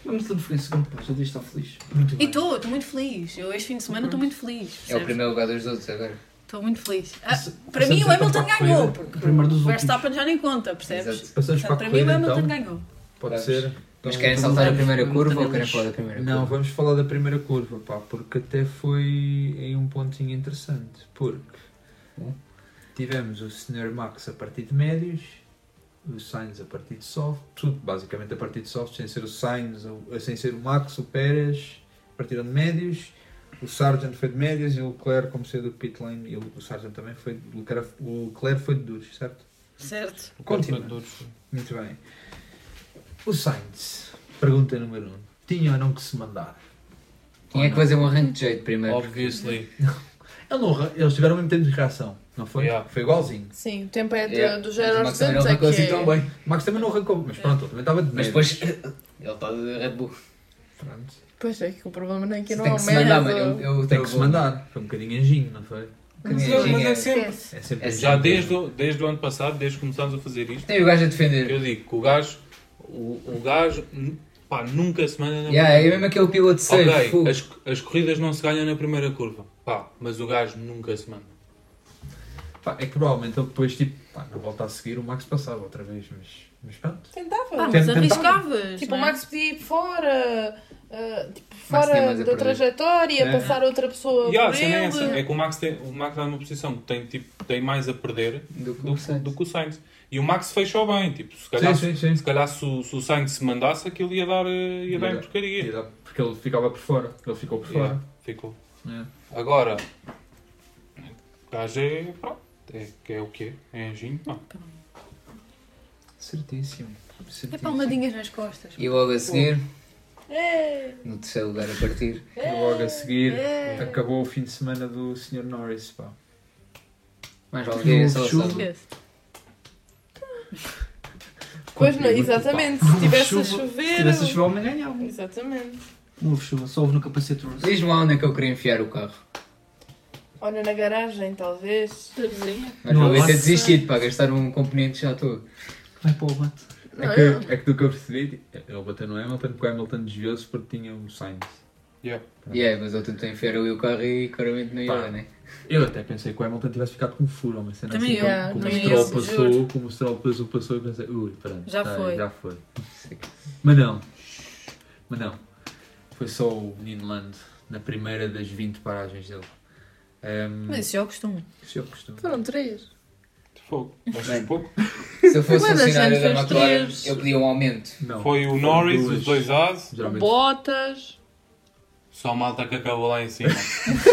vamos ter no fim segundo, pá, já deixa estar feliz.
Muito
E
bem.
estou, estou muito feliz. Eu este fim de semana estou muito feliz.
É o
percebes?
primeiro lugar dos outros agora.
Estou muito feliz. Ah, para
passamos
mim o
então
Hamilton
para a
ganhou.
corrida.
Porque
Primeiro dos
o
últimos.
Verstappen já nem conta, percebes?
Exato.
Passamos para a
Portanto, para mim o
corrida
Hamilton
então.
ganhou.
Pode ser?
Mas
Então,
querem
então
saltar a
vamos-
primeira curva ou
também
querem
lixo.
falar da primeira
Não,
curva?
vamos falar da primeira curva, pá, porque até foi em um pontinho interessante. Porque
Hum?
tivemos o Sr. Max a partir de médios, o Sainz a partir de soft, tudo basicamente a eh, partir de soft, sem ser o Sainz, o- sem ser o Max, o Pérez, partiram de médios, O Sargent foi de médias e o Leclerc, como saiu do pit lane, e o o Sargent também foi. O Leclerc, o Leclerc foi de duros, certo?
Certo.
Continua. Muito bem. O Sainz, pergunta número 1. Um, tinha ou não que se mandar?
Tinha que fazer um arranque de jeito primeiro.
Obviously.
Ele não arran- eles tiveram o mesmo tempo de reação, não foi? Foi igualzinho.
Sim, o tempo é do-
Yeah.
do
Mas o
Gerard
Max também
Santos.
não
É
arrancou
que
assim
é-
tão bem. Max também não arrancou, mas pronto, ele também estava de
Mas
médias.
depois ele está de
É
Red Bull.
Pronto.
Pois é que o problema é que não
Tem
há
que se mandar, mas
média.
eu, eu
Tem
eu
que se
vou-
mandar. Foi um bocadinho anjinho, não foi?
bocadinho
Não, mas
anjinho,
é
é.
sempre.
É sempre
É
Já
sempre.
desde, o- desde o ano passado, desde que começámos a fazer isto.
Tem o gajo a defender.
Eu digo que o gajo, o, o gajo, n- pá, nunca se manda na
Yeah, é mesmo aquele piloto de safe,
Ok,
fogo.
as, as corridas não se ganham na primeira curva. Pá, mas o gajo nunca se manda.
Pá, é que provavelmente ele depois, tipo, pá, na volta a seguir o Max passava outra vez, mas, mas pronto.
Tentava.
Pá, mas Tentava.
arriscavas,
Ah, Tipo,
né?
não
o
é?
Max podia ir fora, ah, tipo,
tinha
fora
mais a
da
perder.
trajetória,
É.
passar outra pessoa
E a
por
cena é essa,
ele.
é que o Max, tem, o Max está numa posição que tem, tipo, tem mais a perder do que, do, que o Sainz. E o Max fechou bem, tipo, se calhar,
Sim,
Se, calhar se, o- se o Sainz se mandasse aquilo ia dar, eh, ia dar em porcaria.
porque ele ficava por fora, ele ficou por
Yeah,
fora.
ficou.
Yeah.
Agora, o gajo é, pronto, é, que é o quê? É anjinho, pá.
Certíssimo.
É palmadinhas nas costas.
E logo a seguir,
É.
no terceiro lugar a partir.
E logo a seguir,
É.
acabou o fim de semana do Sr. Norris, pá.
Mais
vale
alguém,
que é
só
chuva.
Esquece. Pois não, exatamente. Se tivesse a chover.
Se tivesse a chover, o homem ganhava.
Exatamente.
Não houve chuva, só houve no capacete Rose.
Diz-me lá onde é que eu queria enfiar o carro.
Olha, na garagem, talvez.
Mas vou ver se é desistido para gastar um componente já estou.
Vai para o abate.
É que, é que do que eu percebi, ele bateu no Hamilton, porque o Hamilton desviou-se porque tinha o Sainz.
Yeah.
Yeah, mas eu tentei enfiar ali o carro e claramente não ia,
Pá.
dar, né?
Eu até pensei que o Hamilton tivesse ficado com furo, mas cena
Também
assim,
eu,
como, como o
também
Stroll
eu,
passou,
juro.
como o Stroll passou, passou, eu pensei, ui, pronto,
Já
tá,
foi.
já foi. Mas não, mas não, foi só o menino Lando na primeira das 20 paragens dele. Ehm, Ahm,
Mas isso já é o costume.
isso é o costume.
Foram três.
Fogo.
Bem, Se eu fosse assim,
Mas a
funcionário
gente
da
fez
McLaren,
três.
eu pedia um aumento.
Foi o Norris, os dois As,
Botas.
só a malta que acabou lá em cima.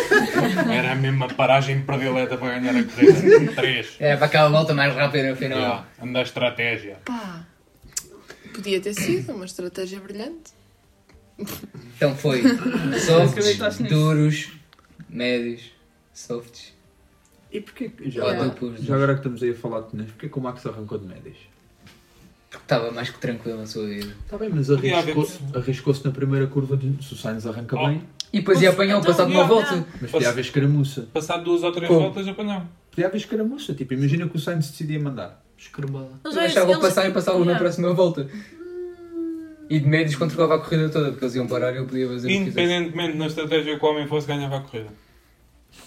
Era a mesma paragem predileta para é ganhar a corrida. Três.
Era para É, aquela volta mais rápida no final.
Yeah,
é
anda a estratégia.
Pá. Podia ter sido uma estratégia brilhante.
Então foi softs, duros, médios, softs.
E porquê que Já,
Já,
agora- já agora que estamos aí a falar de pneus, porque é que o Max arrancou de médias?
Estava mais que tranquilo na sua vida.
Está bem, mas arriscou-se arriscou-se na primeira curva, de, se o Sainz arranca bem.
E depois Oh. ia apanhar o
Então,
passado
yeah,
uma volta.
yeah.
Mas podia haver escaramuça.
Passado duas ou três
Como?
voltas apanhava.
Podia haver escaramuça, tipo, imagina que o Sainz decidia mandar.
Escarbala.
Eu deixava ele passar e passava na próxima volta. E de médios controlava a corrida toda, porque eles iam parar e eu podia fazer o que quisesse.
Independentemente da estratégia que o homem fosse, ganhava a corrida.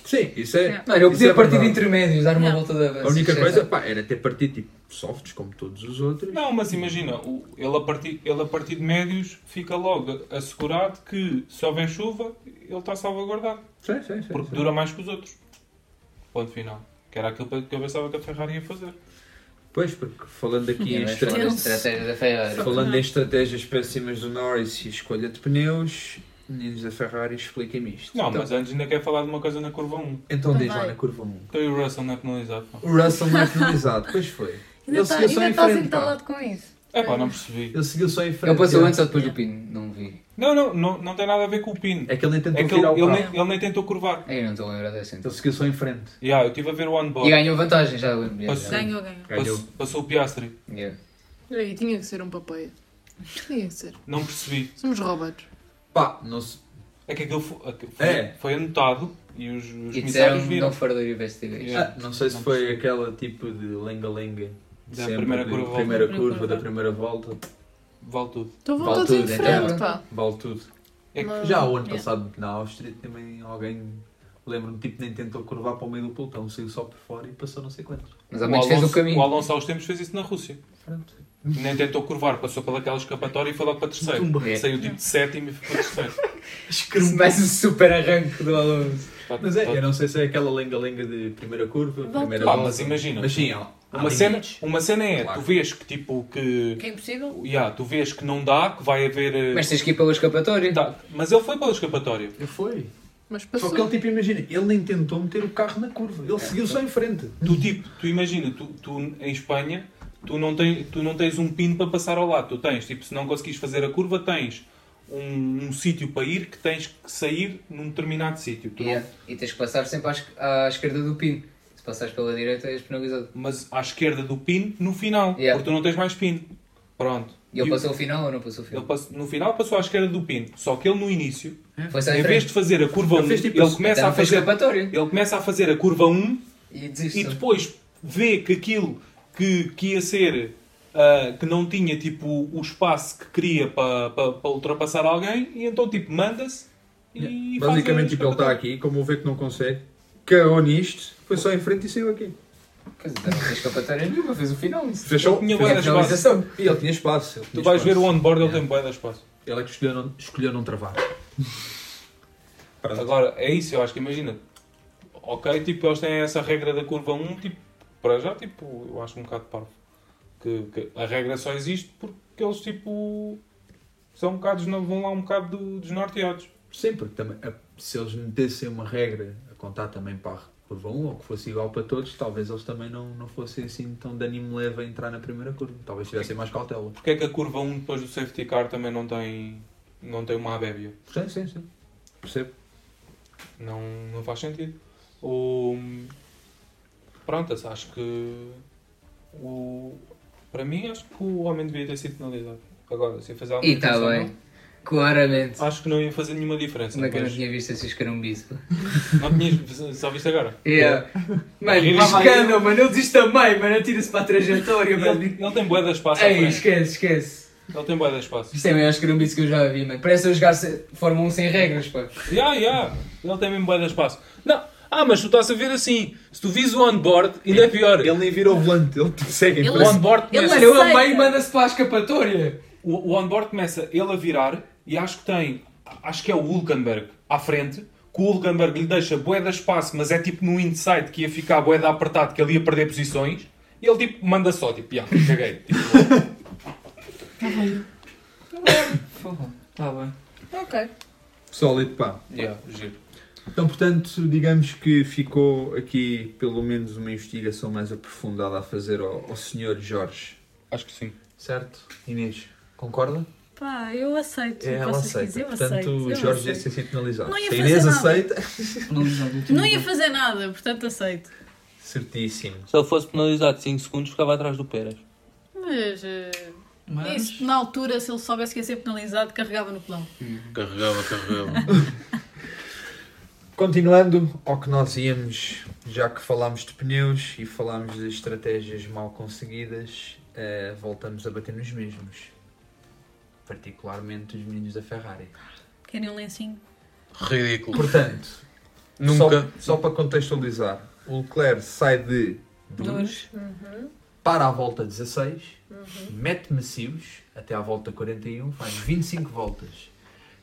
Sim, isso é.
Não, eu
isso
podia
é
partir de é
verdade.
intermédios, dar uma volta de avanço.
A única
Já
coisa,
está.
pá, é era ter partido tipo softs como todos os outros.
Não, mas imagina, o- ele a, partir, ele a partir de médios fica logo assegurado que se houver chuva, ele está salvaguardado.
Sim, sim, sim.
Porque
sim.
dura mais que os outros. Ponto final. Que era aquilo que eu pensava que a Ferrari ia fazer.
Pois, porque falando aqui
é
Sim,
em
mas
estra-
falando de estratégias da Ferrari.
Falando em estratégias péssimas do Norris e escolha de pneus, meninos da Ferrari, expliquem-me isto.
Não,
Então-
mas é antes ainda quer falar de uma coisa na curva 1.
Então diz lá na curva 1.
Então e o Russell não é penalizado. pá?
O Russell não é penalizado, pois foi.
Ainda
seguiu só em
estás
frente, pá.
entalado com isso.
É pá, não percebi.
Ele seguiu só em frente.
Ele passou
dele.
antes ou depois do pino? Não vi.
Não, não, não, não tem nada a ver com o pino.
É que ele nem tentou
É que ele,
virar o
ele
carro.
nem, ele nem tentou curvar.
É, Eu não estou a lembrar dessa. Então.
Ele seguiu só em frente.
Yeah, eu estive a ver o onboard.
E ganhou vantagem, já lembro. já,
Passou-
já.
Ganhou, ganhou.
Passou, passou o Piastri.
Yeah.
E tinha que ser um papel. Tinha que ser.
Não percebi.
Somos roubados.
Pá, não se...
É que aquilo foi, aquilo foi-
É.
foi anotado e os, os
E
comissários
disseram
viram.
não further investigation.
Yeah.
Ah, não sei se
Não
foi aquela tipo de lenga-lenga de
Da
sempre,
primeira
de
curva.
primeira
Da
curva, da primeira volta.
Vale tudo.
Então vão
Vale
todos em
tudo,
frente,
então.
pá.
Vale tudo.
É que-
Já o ano
É.
passado na Áustria também alguém, lembro-me, tipo, nem tentou curvar para o meio do pelotão, saiu só por fora e passou não sei quanto.
Mas ao menos fez o caminho.
o Alonso aos tempos fez isso na Rússia.
Pronto.
Nem tentou curvar, passou pelaquela escapatória e foi logo para terceiro.
Tumba.
Saiu tipo de sétimo e ficou terceiro.
Mais um super arranque do Alonso.
Mas é, eu não sei se é aquela lenga-lenga de primeira curva, primeira
Pá,
volta.
mas imagina.
Mas sim, ó, há
uma, cena,
limites.
uma cena é,
Claro.
tu vês que tipo que.
Que é impossível.
Yeah, tu vês que não dá, que vai haver. eh,
Mas tens que ir pela escapatória.
Mas ele foi pela escapatória.
Eu fui.
Mas
Só
passou.
que ele, tipo, imagina, ele nem tentou meter o carro na curva, ele seguiu só em frente.
Tu tipo, tu imagina, tu, tu em Espanha, tu não, tens, tu não tens um pino para passar ao lado, tu tens, tipo, se não conseguires fazer a curva, tens um, um sítio para ir que tens que sair num determinado sítio. Tu
Yeah. E tens que passar sempre à, es- à esquerda do pino. Se passares pela direita és penalizado.
Mas à esquerda do pino no final, porque tu não tens mais pino. Pronto.
E ele passou o final ou não passou o final?
Ele passou- no final passou à esquerda do pino, só que ele no início,
Foi sem
em vez
frente.
de fazer a curva
É?
1,
Ele
ele,
fez tipo assim,
começa
então
a
foi
fazer
escapatória.
ele começa a fazer a curva 1
e,
depois vê que aquilo que, que ia ser ah, que não tinha tipo o espaço que queria para ultrapassar alguém e então tipo manda-se e faz a
Basicamente, tipo, ele está aqui, como vê que não consegue, cagou nisto, foi só em frente e saiu aqui.
Quer dizer, não fez escapatória nenhuma, fez o final.
Fez só
Tinha
fez
bué
a
de
finalização.
espaço.
E ele tinha espaço. ele
Tu
tinha
vais ver
espaço.
o onboard, ele tem bué de espaço.
Ele é que escolheu não, escolheu não travar.
Agora, é isso, eu acho que imagina. Ok, tipo, eles têm essa regra da curva 1, tipo, para já, tipo, eu acho um bocado parvo. Que, que a regra só existe porque eles, tipo, são um bocado, desno- vão lá um bocado do- desnorteados.
Sim, porque também, a- se eles metessem uma regra a contar também para a curva 1 ou que fosse igual para todos, talvez eles também não, não fossem assim tão de animo leve a entrar na primeira curva. Talvez tivessem mais cautela.
Porque é que a curva 1 depois do safety car também não tem, não tem uma abébia?
Sim, sim, sim. Percebo.
Não, não faz sentido. O, pronto, acho que o, para mim acho que o homem devia ter sido penalizado. Agora, se ia fazer alguma
E está
coisa ou
bem.
não,
Claramente.
Acho que não ia fazer nenhuma diferença.
Como é que eu não
mas-
tinha visto esses carambisos?
Não tinhas, só viste agora?
Yeah. Mano,
Ele-
escândalo, mano. Ele diz também, mano. Atira-se para a trajetória, mano.
Ele, ele tem bué de espaço. à
Ei,
frente.
esquece, esquece.
Ele tem bué de espaço.
Isto é o maior escarambiço que eu já vi, mano. Parece eu jogar se- Fórmula 1 sem regras, pá.
Ya, ya. Ele tem mesmo bué de espaço. Não. Ah, mas tu estás a ver assim. Se tu vis o onboard, ainda é pior. Ele
nem vira o volante. Ele segue
em
O
frente.
onboard
Ele
começa-
aceita. Ele a meio manda-se para a escapatória.
O, o onboard começa ele a virar e acho que tem... Acho que é o Hulkenberg à frente. Que o Hulkenberg lhe deixa bué de espaço, mas é tipo no inside que ia ficar bué de apertado, que ele ia perder posições. E ele tipo manda só, tipo, ya, caguei. Tipo,
Tá
Tá
Está bem.
Ok.
Sólido, pá.
yeah, giro.
Então, portanto, digamos que ficou aqui pelo menos uma investigação mais aprofundada a fazer ao, ao senhor Jorge.
Acho que sim.
Certo? Inês, concorda?
Pá, eu aceito. o que
É, ela
vocês
aceita.
quiserem, eu
Portanto,
aceito,
o
eu
Jorge ia
aceito.
ser penalizado.
Não ia
Se a
fazer
Inês
nada.
aceita.
Não ia fazer nada, portanto aceito.
Certíssimo.
Se ele fosse penalizado 5 segundos, ficava atrás do Pérez.
Mas. eh, Isso, na altura, se ele soubesse que ia ser penalizado, carregava no pelão.
Carregava, carregava.
Continuando ao que nós íamos, já que falámos de pneus e falámos de estratégias mal conseguidas, eh, voltamos a bater nos mesmos. Particularmente os meninos da Ferrari.
Querem um lencinho?
Ridículo.
Portanto,
Nunca.
Só, só para contextualizar, o Leclerc sai de Dures,
Uhum.
para a volta 16,
Uhum.
mete macios até à volta 41, faz 25 voltas.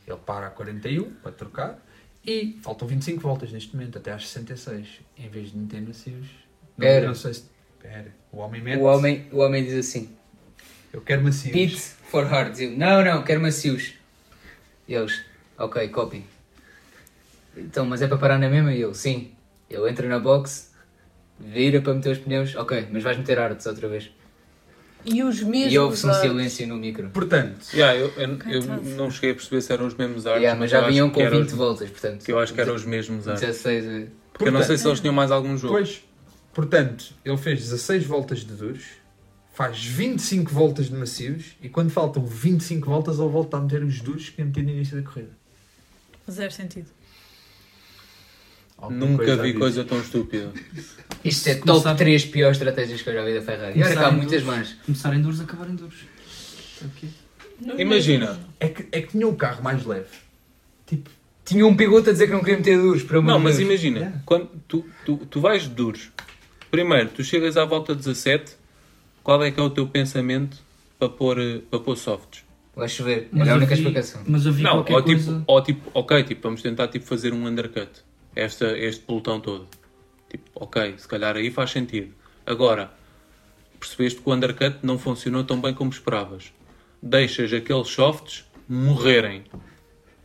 Ele para a 41 para trocar e faltam 25 voltas neste momento, até às 66, em vez de meter macios. Não,
Pera.
não sei se. Pera, o homem mete.
O homem, o homem diz assim:
Eu quero macios.
Pit for hard. Diz ele, não, não, quero macios. E eles: Ok, copy. Então, mas é para parar na mesma? E eu: Sim. Ele entra na box, vira para meter os pneus. Ok, mas vais meter hards outra vez.
E os mesmos.
E houve-se um
ah,
silêncio no micro.
Portanto,
Yeah, eu, eu- é eu não cheguei a perceber se eram os mesmos arcos.
Yeah, mas já
eu acho
vinham
que
com
eram
20 voltas, portanto.
Que eu acho que eram os mesmos arcos.
16, é.
Porque eu não sei se eles tinham mais algum jogo.
Pois, portanto, ele fez 16 voltas de duros, faz 25 voltas de macios e quando faltam 25 voltas ele volta a meter os duros que ia meter no início da corrida.
Zero sentido.
Alguma
Nunca
coisa a
vi
dizer.
coisa tão estúpida.
Isto é
Se
top
começar-
3 piores estratégias que eu já vi da Ferrari. E olha que há
Começar em
muitas
duros.
mais.
Começar em duros, acabar em duros. Ok.
Imagina.
É que, é que tinha o carro mais leve.
Tinha um piloto a dizer que não queria meter duros, por amor
Não,
de
mas
Deus.
imagina,
Yeah.
quando tu, tu, tu vais de duros, primeiro, tu chegas à volta 17, qual é que é o teu pensamento para pôr, eh, para pôr softs?
Vai chover,
Mas
era a única
havia-
explicação.
mas havia
não,
qualquer
ou tipo,
coisa-
ou tipo, ok, tipo, vamos tentar tipo, fazer um undercut, esta, este pelotão todo. Tipo, ok, se calhar aí faz sentido. Agora, percebeste que o undercut não funcionou tão bem como esperavas. Deixas aqueles softs morrerem.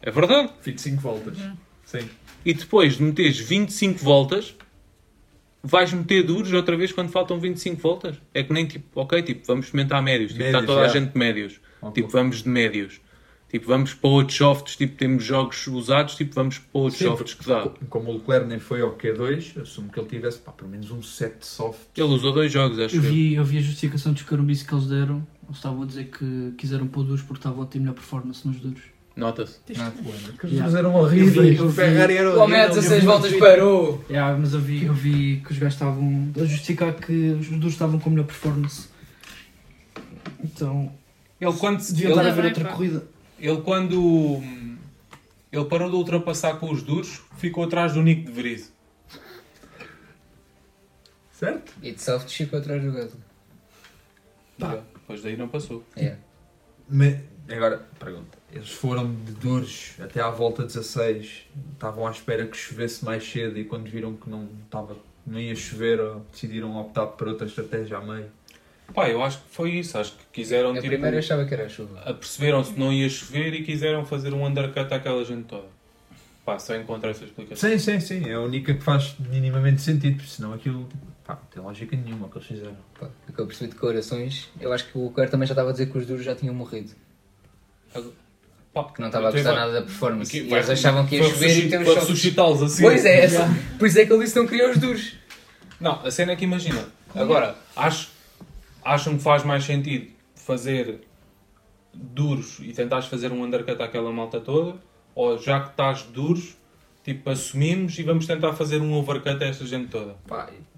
É verdade?
25 voltas.
Sim. E depois de meteres 25 voltas, vais meter duros outra vez quando faltam 25 voltas? É que nem tipo, ok, tipo, vamos experimentar médios. Tipo,
Médios,
está toda
é.
a gente de médios.
Ok.
Tipo, vamos de médios. Tipo, vamos para outros softs, tipo, temos jogos usados, tipo, vamos para outros
Sim,
softs que dá.
Como o Leclerc nem foi ao Q2, assumo que ele tivesse pá, pelo menos um set de soft.
Ele usou dois jogos, é acho
eu
eu.
vi, eu vi a justificação dos carumbices que eles deram. Eles estavam a dizer que quiseram pôr duros porque estavam a ter melhor performance nos duros.
Nota-se.
Ah.
Que os duros eram horríveis,
Eu vi- eu
o
vi-
Ferrari era O horrível. homem a 16
Eu vi-
voltas parou.
Yeah, mas eu vi, eu vi que os gajos estavam a justificar que os duros estavam com melhor performance. Então.
Ele quando
devia estar a ver outra corrida.
Ele quando hum, ele parou de ultrapassar com os duros, ficou atrás do Nick de Vries.
Certo?
E de soft chip atrás do gato.
Pá. Depois daí não passou.
Tá. É.
Mas, agora, pergunta. Eles foram de duros até à volta 16, estavam à espera que chovesse mais cedo e quando viram que não, estava, não ia chover, ou decidiram optar por outra estratégia a meio.
Pá, eu acho que foi isso. Acho que quiseram. tipo,
primeiro eu achava que era a chuva.
Aperceberam-se que não ia chover e quiseram fazer um undercut àquela gente toda. Pá, só encontrei essa explicação.
Sim, sim, sim, é a única que faz minimamente sentido, porque senão aquilo pá, não tem lógica nenhuma o que eles fizeram.
O que eu percebi de corações, eu acho que o Claire também já estava a dizer que os duros já tinham morrido. Que não estava a gostar nada da performance.
Aqui,
e
vai-
eles achavam que ia
vai
chover
ressusci-
e temos
vai
softs.
ressuscitá-los assim.
Pois é,
Já.
essa- por isso é que ele disse que não queria os duros.
Não, a cena é que imagina. Agora, acho, acham que faz mais sentido fazer duros e tentares fazer um undercut àquela malta toda? Ou já que estás duros, tipo, assumimos e vamos tentar fazer um overcut a esta gente toda?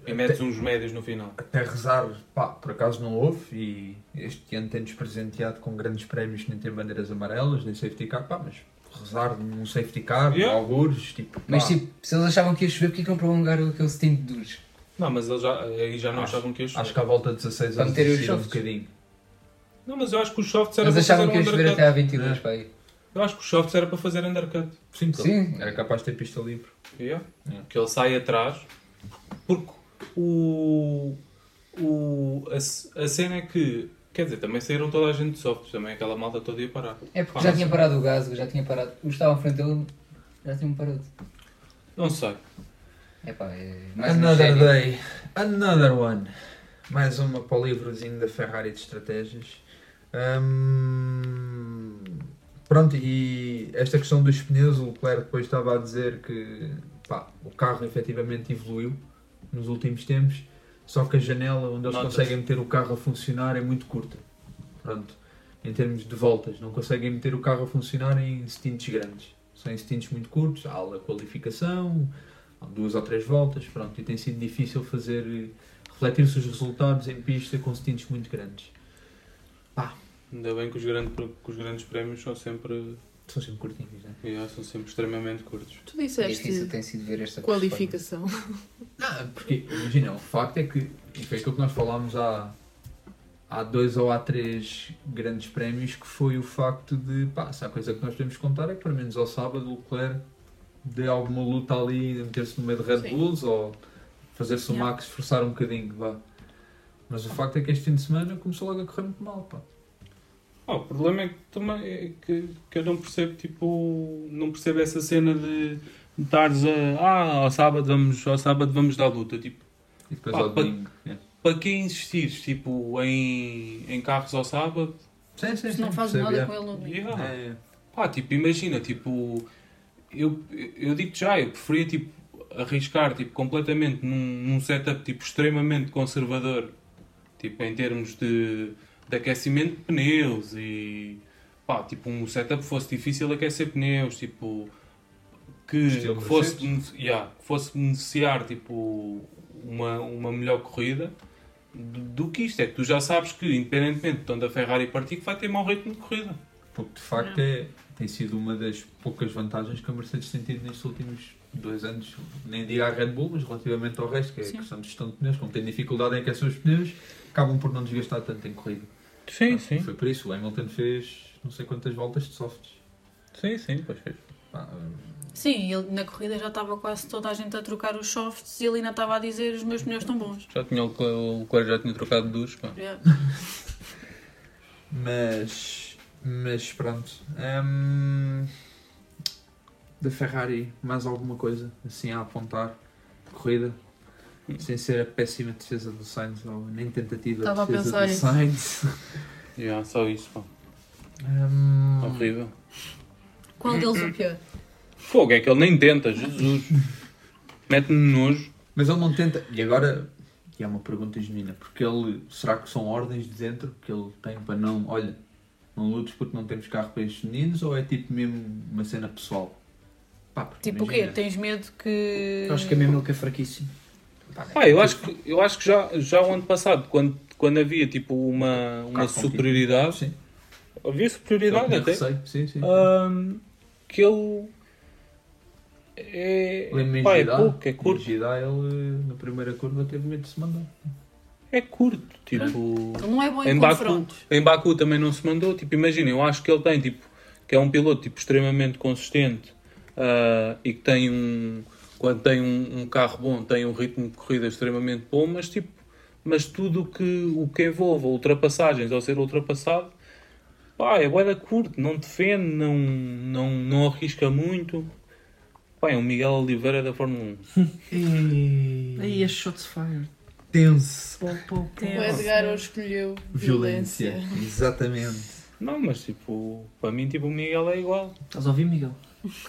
e metes uns médios no final.
Até rezar, pá, por acaso não houve e este ano tem-nos presenteado com grandes prémios que nem tem bandeiras amarelas, nem safety car, pá, mas rezar num safety car, algures, tipo, pá.
Mas tipo, se eles achavam que ia chover, porquê que não prolongaram aquele stint de duros?
Não, mas eles já, aí já não achavam que ia chover.
acho que à volta de 16
Para
anos
meter os
desistiram um
softs.
bocadinho.
Não, mas eu acho que os softs era
Eles
para
achavam
fazer
que
um
ia chover até à
undercut.
22, pá. aí.
Eu acho que os softs era para fazer undercut.
É. Sim,
Sim.
Era capaz de ter pista livre.
Yeah. É. Que ele sai atrás. Porque o. o a, c- a cena é que. Quer dizer, também saíram toda a gente de softs, também aquela malta toda ia parar.
É porque
Pá,
já
não
tinha
sei.
parado o gás, já tinha parado. Os que estavam à frente dele já tinham parado.
Não sei.
É pá, é. mais uma
Another
série.
day, another one. Mais uma para o livrozinho da Ferrari de estratégias. Hum, pronto, e esta questão dos pneus, o Leclerc depois estava a dizer que pá, o carro efetivamente evoluiu nos últimos tempos, só que a janela onde eles
Notas.
conseguem meter o carro a funcionar é muito curta. Pronto, em termos de voltas, não conseguem meter o carro a funcionar em stints grandes. São em stints muito curtos, há a qualificação, há duas ou três voltas, pronto, e tem sido difícil fazer eh, refletir-se os resultados em pista com stints muito grandes.
Ainda bem que os, grande, que os grandes prémios são sempre.
São sempre curtinhos, né?
Yeah, são sempre extremamente curtos.
Tu disseste
Difícil tem sido ver esta
qualificação.
Não, Ah, porque imagina, o facto é que e foi aquilo que nós falámos há, há dois ou há três grandes prémios que foi o facto de pá, se há coisa que nós podemos contar é que pelo menos ao sábado o Leclerc dê alguma luta ali a meter-se no meio de Red
Sim.
Bulls ou fazer-se o Max esforçar um bocadinho, vá. Mas o facto é que este fim de semana começou logo a correr muito mal, pá.
Ah, o problema é que, também, é que, que eu não percebo, tipo, não percebo essa cena de estares a. Ah, ao sábado vamos, ao sábado vamos dar luta. Tipo,
E depois
pá,
ao
pa-
domingo, é.
para quem insistires tipo, em, em carros ao sábado?
Sim, sim,
Mas não sim, faz percebo, nada é. com ele no domingo.
Yeah. Pá, tipo, imagina, tipo, eu, eu digo já, eu preferia tipo, arriscar tipo, completamente num, num setup tipo, extremamente conservador, tipo, em termos de, de aquecimento de pneus e pá, tipo, um setup que fosse difícil aquecer pneus, tipo, que,
Estilo
que fosse, bene- yeah, que fosse beneficiar tipo, uma, uma melhor corrida do, do que isto. É que tu já sabes que, independentemente de onde a Ferrari partir, que vai ter mau ritmo de corrida.
Porque de facto é, tem sido uma das poucas vantagens que a Mercedes tem tido nestes últimos dois anos, nem digo à Red Bull, mas relativamente ao resto, que é a questão de gestão de pneus, como tem dificuldade em aquecer os pneus, acabam por não desgastar tanto em corrida.
Sim, sim.
Foi por isso, o Hamilton fez não sei quantas voltas de softs.
Sim, sim, pois fez.
Sim, ele na corrida já estava quase toda a gente a trocar os softs e ele ainda estava a dizer os meus pneus estão bons. É.
Já tinha o Leclerc- o Leclerc já tinha trocado duas, pá.
Yeah.
Mas, mas pronto. Hum, da Ferrari mais alguma coisa assim a apontar de corrida?
Hum.
Sem ser a péssima defesa do Sainz ou nem tentativa
Estava a
de defesa
pensar
do
nisso.
Sainz.
Yeah, só isso, pá. Horrível.
Qual deles o pior?
Fogo, é que ele nem tenta, Jesus. Hum. Mete-me nojo.
Mas ele não tenta. E agora, e é uma pergunta genuína, porque ele, será que são ordens de dentro que ele tem para não, olha, não lutes porque não temos carro para estes meninos ou é tipo mesmo uma cena pessoal? Pá, porque
Tipo o quê?
imagina.
Tens medo que.
Eu acho que a mesmo ele que é fraquíssimo.
Pá, eu acho que, eu acho que já, já o ano passado, quando, quando havia tipo uma, uma
Carro
superioridade, havia superioridade
Eu
até,
sei, sim, sim.
Hum,
ahm, que ele é,
Lembro-me em
pá, é
Jeddah,
pouco, é curto,
Em Jeddah ele, na primeira curva, teve medo de se mandar.
é curto, tipo...
Ele não é bom em,
em Baku,
confrontos.
em Baku também não se mandou. Tipo, imagina, eu acho que ele tem, tipo, que é um piloto tipo, extremamente consistente ah, e que tem um. Quando tem um, um carro bom, tem um ritmo de corrida extremamente bom, mas tipo, mas tudo o que, o que envolva ultrapassagens ou ser ultrapassado, pá, é boeda curto, não defende, não, não, não arrisca muito. Pá, é um Miguel Oliveira da Fórmula 1.
Aí é shots fired.
Tenso.
O Edgar hoje escolheu violência.
Exatamente.
Não, mas tipo, para mim, tipo, o Miguel é igual.
Estás a ouvir, Miguel?
Ah,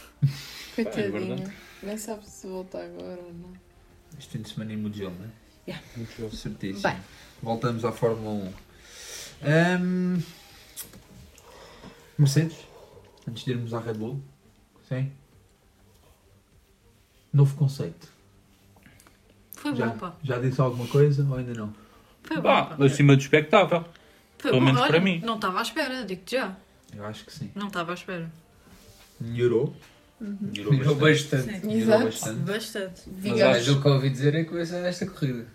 é
Coitadinho.
verdade.
Nem sabe se volta agora ou não.
Este fim de semana em Mugello, não é?
Yeah.
Mugello. Certíssimo.
Bem.
Voltamos à Fórmula 1. Ahm, Mercedes, antes de irmos à Red Bull. Sim. Novo conceito.
Foi
já,
bom, pá.
já disse alguma coisa ou aindo não?
Foi bom.
Pá,
pá.
acima do espectável.
Foi
pelo
bom.
menos
Olha,
para mim.
Não estava à espera, digo-te já.
Eu acho que sim.
Não estava à espera.
Melhorou.
Melhorou
Melhorou bastante.
Sim.
Melhorou bastante.
Bastante.
Mas olha, o que eu ouvi dizer é que vai ser esta corrida.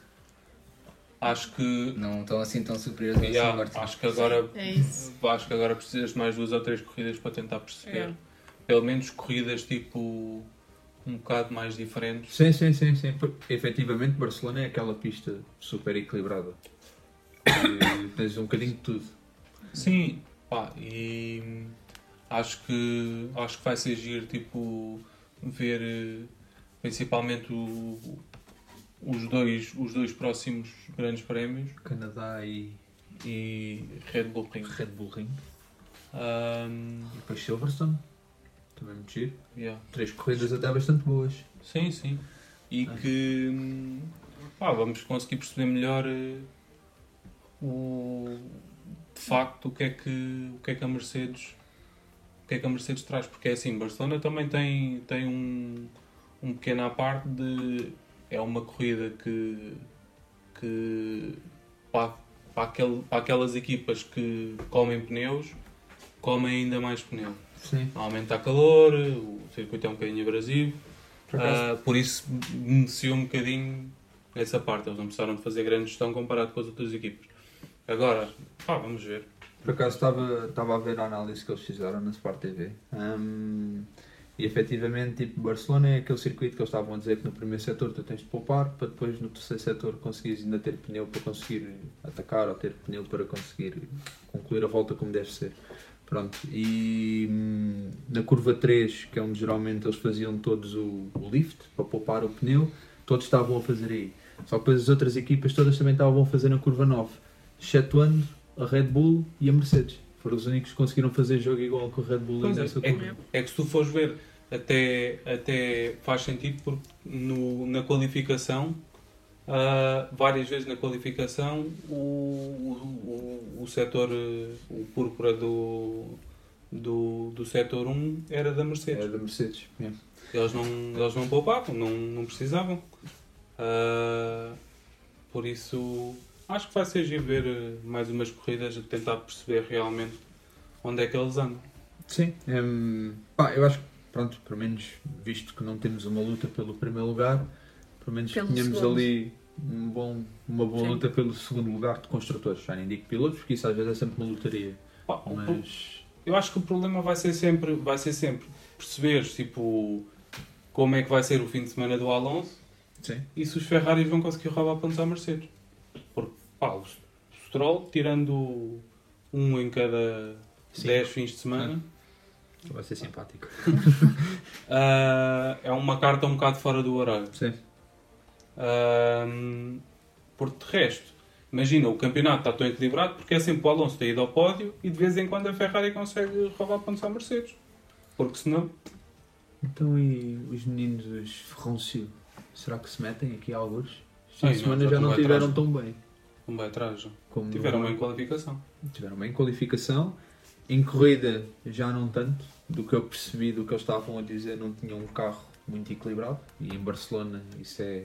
Acho que.
Não estão assim tão superiores assim ao
Yeah,
Aston Martin.
acho que agora
É isso.
acho que agora precisas de mais duas ou três corridas para tentar perceber.
É.
Pelo menos corridas tipo um bocado mais diferentes.
Sim, sim, sim, sim. Porque, efetivamente, Barcelona é aquela pista super equilibrada. E tens um bocadinho de tudo.
Sim, pá, e acho que acho que vai ser giro tipo ver eh, principalmente o- os dois os dois próximos grandes prémios,
Canadá e
e Red Bull Ring.
Red Bull Ring.
Ahm,
E depois Silverstone. Também muito giro.
yeah.
Três corridas até bastante boas.
Sim, sim. E que hum, pá, vamos conseguir perceber melhor eh, o, de facto o que, é que, o que é que a Mercedes o que é que a Mercedes traz, porque é assim, Barcelona também tem, tem um, um pequeno à parte de é uma corrida que, que para, para, aquele- para aquelas equipas que comem pneus, comem ainda mais pneu.
Sim.
Aumenta a calor, o circuito é um bocadinho abrasivo,
Por acaso-
ah, por isso beneficiou um bocadinho essa parte. Eles não precisaram de fazer grande gestão comparado com as outras equipas. Agora, pá, vamos ver.
Por acaso estava, estava a ver a análise que eles fizeram na Sport TV. Hum, e efetivamente, tipo, Barcelona é aquele circuito que eles estavam a dizer que no primeiro setor tu tens de poupar, para depois no terceiro setor conseguires ainda ter pneu para conseguir atacar ou ter pneu para conseguir concluir a volta como deve ser. Pronto, e hum, na curva 3, que é onde geralmente eles faziam todos o, o lift para poupar o pneu, todos estavam a fazer aí. Só que depois as outras equipas todas também estavam a fazer na curva 9, excetuando a Red Bull e a Mercedes. Foram os únicos que conseguiram fazer jogo igual com a Red Bull
Pois
e
é,
nessa
é,
curva.
é que se tu fores ver, até, até faz sentido porque no- na qualificação, ah, várias vezes na qualificação, o, o, o, o setor, eh, o púrpura do, do, do setor 1 era da Mercedes.
Era da Mercedes, mesmo.
Eles não, eles não poupavam, não, não precisavam. Ah, por isso, acho que vai ser giro ver eh, mais umas corridas a tentar perceber realmente onde é que eles andam.
Sim, hum, pá, eu acho que, pronto, pelo menos visto que não temos uma luta pelo primeiro lugar, pelo menos
Pelo
tínhamos
segundo.
ali um bom, uma boa
Sim.
luta pelo segundo lugar de construtores. Já nem digo pilotos, porque isso às vezes é sempre uma lotaria.
Pá, o pro-
Mas
Eu acho que o problema vai ser sempre, vai ser sempre perceberes tipo, como é que vai ser o fim de semana do Alonso
Sim.
e se os Ferraris vão conseguir roubar pontos à Mercedes. Porque pá, o Stroll, tirando um em cada 10 fins de semana, Vai ser simpático. é uma carta um bocado fora do horário.
Sim.
Ahm, por de resto, imagina, o campeonato está tão equilibrado porque é sempre o Alonso ter ido ao pódio e de vez em quando a Ferrari consegue roubar pontos à Mercedes. Porque senão.
Então e os meninos dos Ferroncio? Será que se metem aqui a alguns? Esta
Ai, não,
semana
já
já
estão
não
bem
tiveram
atrás.
tão bem.
Não vai atrás. não.
Como
Tiveram
não- é?
bem qualificação.
Tiveram bem qualificação. Em corrida já não tanto. Do que eu percebi do que eles estavam a dizer, não tinham um carro muito equilibrado. E em Barcelona isso é,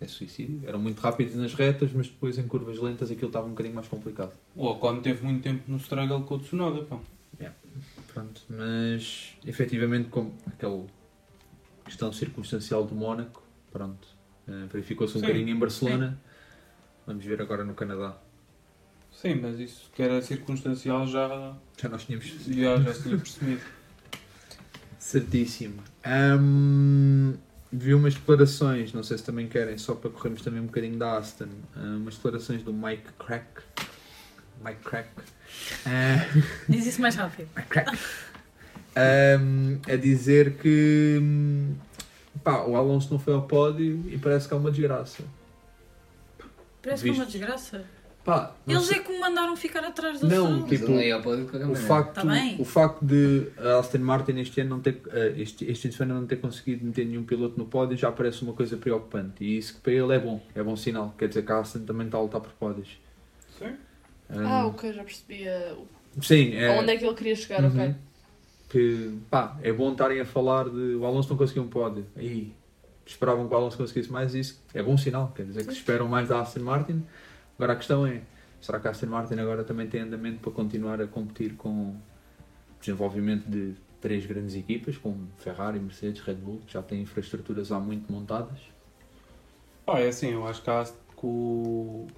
é suicídio. Eram muito rápidos nas retas, mas depois em curvas lentas aquilo estava um bocadinho mais complicado.
O Ocon teve muito tempo no struggle com o Tsunoda. Pá.
Pronto, mas efetivamente como aquela questão circunstancial do Mónaco, pronto, eh, verificou-se um
Sim.
bocadinho em Barcelona. Vamos ver agora no Canadá.
Sim, mas isso que era circunstancial já.
Já nós tínhamos.
Já, já se tinha percebido.
Certíssimo. Ahm, vi umas declarações, não sei se também querem, só para corrermos também um bocadinho da Aston, ah, umas declarações do Mike Crack. Mike Crack. Ah,
Diz isso mais rápido.
Um, a dizer que hum, pá, o Alonso não foi ao pódio e parece que é uma desgraça.
Parece que é uma desgraça.
Pá, não
Eles
sei-
é que me mandaram ficar atrás do
não,
som.
tipo, o facto,
Tá bem.
o facto de a Aston Martin este ano não ter, eh, este, este fim de semana não ter conseguido meter nenhum piloto no pódio já parece uma coisa preocupante e isso que para ele é bom, é bom sinal, quer dizer que a Aston também está a lutar por pódios.
Sim.
Ah, ok, já percebi ah, o-
Sim, é-
aonde é que ele queria chegar,
Uhum.
ok.
que pá, é bom estarem a falar de o Alonso não conseguiu um pódio. Aí esperavam que o Alonso conseguisse mais isso é bom sinal, quer dizer que esperam mais da Aston Martin. Agora a questão é, será que a Aston Martin agora também tem andamento para continuar a competir com o desenvolvimento de três grandes equipas, como Ferrari, Mercedes, Red Bull, que já têm infraestruturas há muito montadas?
Pá, é assim, eu acho que a Aston, que o-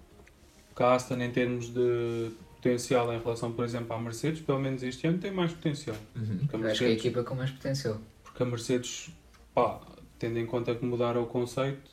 que a Aston, em termos de potencial em relação, por exemplo, à Mercedes, pelo menos este ano tem mais potencial.
Uhum.
Porque a
Eu acho que é a
Mercedes-
equipa com mais potencial.
Porque a Mercedes, pá, tendo em conta que mudaram o conceito.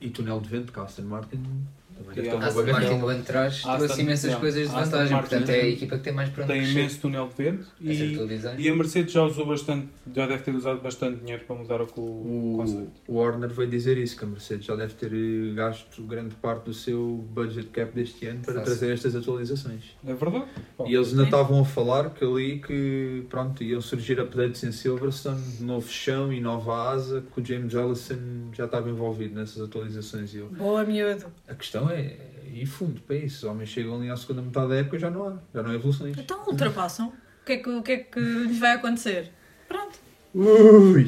E túnel de vento, que a Aston Martin também
deve ter uma Aston bagagem. Martin do ano atrás trouxe imensas coisas de vantagem, portanto, é a equipa que tem mais para onde
Tem
crescer.
imenso túnel de vento
É sempre
e,
o design.
e a Mercedes já usou bastante, já deve ter usado bastante dinheiro para mudar o, co- o conceito.
O Horner veio dizer isso, que a Mercedes já deve ter eh, gasto grande parte do seu budget cap deste ano para
Fácil.
trazer estas atualizações.
É verdade.
E eles ainda estavam a falar que ali que pronto, iam surgir updates em Silverstone, novo chão e nova asa, que o James Ellison já estava envolvido nessas atualizações. E eu,
Boa miúdo.
a questão é, é ir fundo para isso, os homens chegam ali à segunda metade da época e já não há, já não há evoluções.
Então ultrapassam. O que é que, o que, é que lhes vai acontecer? Pronto.
Ui!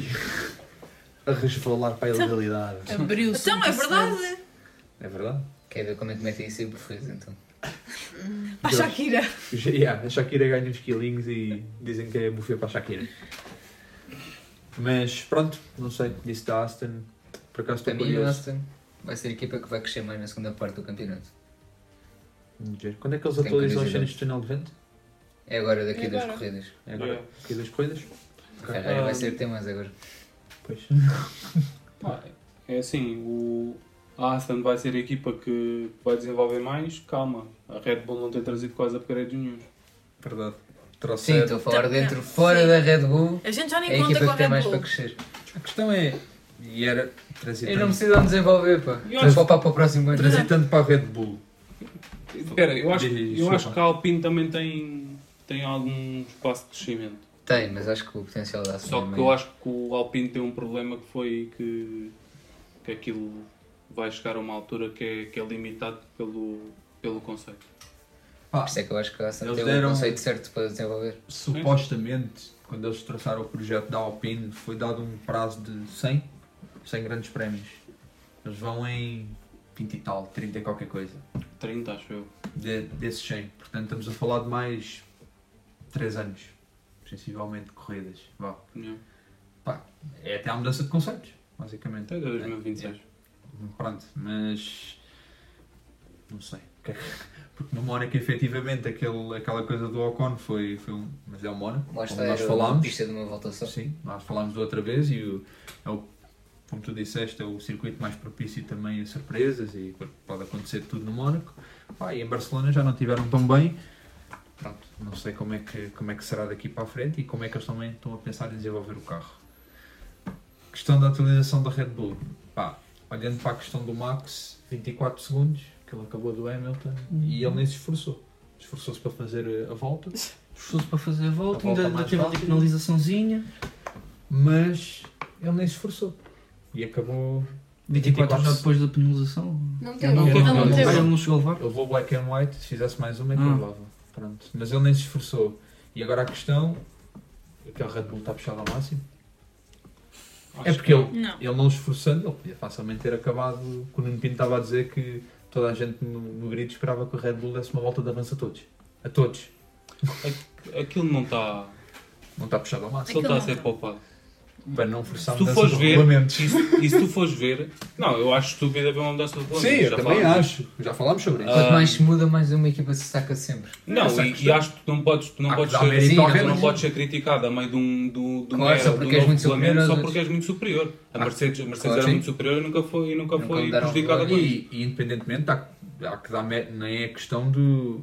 A resvalar para a ilegalidade.
Abriu-se. Então é verdade.
É verdade.
Quer ver como é que metem isso em perfeito então?
Para a Shakira.
Yeah, a Shakira ganha uns quilinhos e dizem que é buffet para a Shakira. Mas pronto, não sei, disse da Aston. Por acaso
Para
estou
mim, o
curioso.
é Aston vai ser a equipa que vai crescer mais na segunda parte do campeonato.
Vamos ver. Quando é que eles
Tenho
atualizam as
curiosidade.
cenas de túnel de vento?
É agora daqui
É
a duas
agora.
corridas.
É agora. Aqui das corridas?
A Ferrari vai ser que tem mais agora.
Pois.
Pá, é assim, o a Aston vai ser a equipa que vai desenvolver mais, calma. A Red Bull não tem trazido quase upgrades nenhum.
Verdade.
Sim, estou a falar dentro, fora da Red Bull.
A gente Tá, já nem
é a
conta
equipa
com a
que tem
Red
mais
Bull.
para crescer.
A questão é. E era trazer.
E não precisam desenvolver, pá.
Eu acho-
Vou poupar para o próximo ano.
Trazer tanto para a Red Bull.
Espera, eu acho,
Diz,
eu acho
desculpa.
que a Alpine também tem, tem algum espaço de crescimento.
Tem, mas acho que o potencial da Aston
Só
é
que eu
maior.
acho que o Alpine tem um problema que foi que, que aquilo vai chegar a uma altura que é, que é limitado pelo, pelo conceito.
Por isso é que eu acho que a Aston
eles
tem
deram-
o conceito certo para desenvolver.
Supostamente, quando eles traçaram o projeto da Alpine, foi dado um prazo de 100, 100 grandes prémios. Eles vão em 20 e tal, 30 e qualquer coisa.
30, acho eu.
De, desses 100. Portanto, estamos a falar de mais 3 anos, sensivelmente, de corridas. Vá. Pá, é até à mudança de conceitos, basicamente. né? É.
Até 2026.
Pronto, mas. Não sei. Que- Porque no Mónaco, efetivamente, aquele, aquela coisa do Ocon foi, foi um. Mas é o Mónaco,
Lá
como
está,
nós
era
falámos.
uma pista de uma volta só.
Sim, nós falámos da outra vez e o, é o, como tu disseste, é o circuito mais propício também a surpresas e pode acontecer tudo no Mónaco. Pá, e em Barcelona já não tiveram tão bem. Pronto, não sei como é, que, como é que será daqui para a frente e como é que eles também estão a pensar em desenvolver o carro. Questão da atualização da Red Bull. Pá, olhando para a questão do Max, 24 segundos, que ele acabou do Hamilton, e
Uhum.
ele nem se esforçou. Esforçou-se para fazer eh, a volta.
Esforçou-se para fazer a volta,
A
ainda,
volta
ainda
mais
teve ali
rápida.
penalizaçãozinha.
Mas ele nem se esforçou. E acabou.
24 já depois da penalização?
Não um
Ele não,
teve.
ele não,
teve.
ele não chegou a levar.
Eu vou black and white, se fizesse mais uma, é
Ah.
provável. Pronto. Mas ele nem se esforçou. E agora a questão é que o Red Bull está puxado ao máximo. é
Acho
porque
que
ele
não.
ele não se esforçando, ele podia facilmente ter acabado. Quando o Nuno Pinto estava a dizer que toda a gente no, no grid esperava que o Red Bull desse uma volta de avanço a todos. A todos.
Aquilo não está.
Não está puxado ao máximo.
Aquilo está a ser poupado.
Para não forçar
se tu
mudança
fores
de
ver,
regulamentos.
e, se, e se tu fores ver, não, eu acho estúpido haver uma mudança de regulamento.
Sim, eu
já
também
falámos
acho.
disso.
Já falámos sobre isso.
Quanto
Ah,
mais se muda, mais uma equipa se saca sempre.
Não, e, e acho que tu não podes,
Ah,
tu não podes,
dar mérito
ser, assim,
ao
tu
Hamilton.
não podes ser criticado a meio de um, do, do
Claro, só
do
porque és muito superior
regulamento
aos
só
outros.
porque és muito superior. A Mercedes, a Mercedes
Ah, claro,
era
sim.
muito superior e nunca foi, e nunca foi prejudicada por isso.
e, e independentemente, há, há que dar mé- nem é questão do.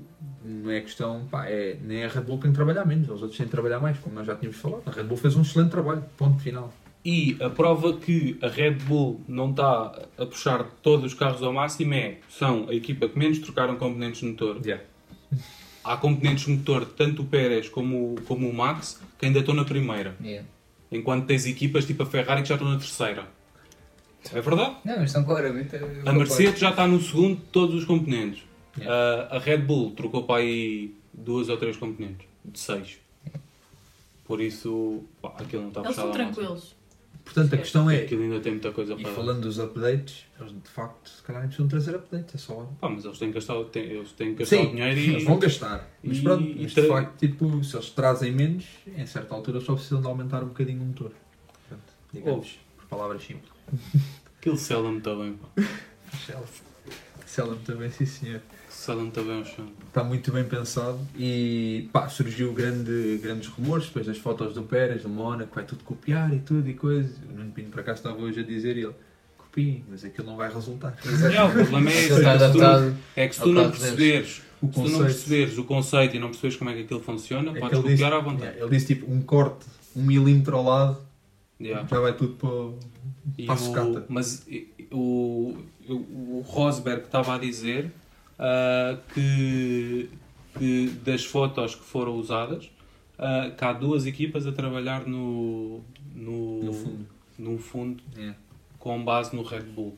Não é questão. Pá, é, nem é a Red Bull que tem que trabalhar menos, os outros têm que trabalhar mais, como nós já tínhamos falado. A Red Bull fez um excelente trabalho, ponto final.
E a prova que a Red Bull não está a puxar todos os carros ao máximo é são a equipa que menos trocaram componentes de motor. Há componentes de motor, tanto o Pérez como, o- como o Max, que ainda estão na primeira.
Yeah.
Enquanto tens equipas tipo a Ferrari que já estão na terceira. É verdade?
Não, mas estão claramente.
A Mercedes já está no segundo de todos os componentes. A, a Red Bull trocou para aí duas ou três componentes, de seis. Por isso, pá, aquilo não está
Eles
puxado
são
ao máximo.
tranquilos.
Portanto, a questão é.
Aquilo ainda tem muita coisa
E
para
falando dos updates, eles de facto, se calhar, nem precisam trazer updates, é só.
Pá, mas eles têm que gastar, têm, eles têm que gastar o dinheiro e.
eles vão gastar. Mas
e-
pronto,
e
mas de
tra-
facto, tipo, se eles trazem menos, em certa altura só precisam de aumentar um bocadinho o motor. Portanto, digamos,
Ouves.
por palavras simples.
Aquilo sela muito bem, pá.
Sela-me também, sim senhor.
Sela muito bem ao chão.
Está muito bem pensado e pá, surgiu grande, grandes rumores depois das fotos do Pérez, do Mónaco, vai tudo copiar e tudo e coisa. O Nuno Pinto para cá estava hoje a dizer e ele, copiem, mas aquilo não vai resultar.
É, o problema é esse. É que se tu, não- é que se tu não perceberes
o
o, se tu não
conceito.
perceberes o conceito e não perceberes como é que aquilo funciona,
É que
podes
ele disse-
copiar à vontade.
Ele disse tipo um corte, um milímetro ao lado,
Yeah.
já vai tudo para, o-
E
para a
o-
sucata.
mas e- o, o, o Rosberg estava a dizer ah, que, que das fotos que foram usadas, ah, que há duas equipas a trabalhar no, no,
No fundo.
no fundo,
É.
com base no Red Bull.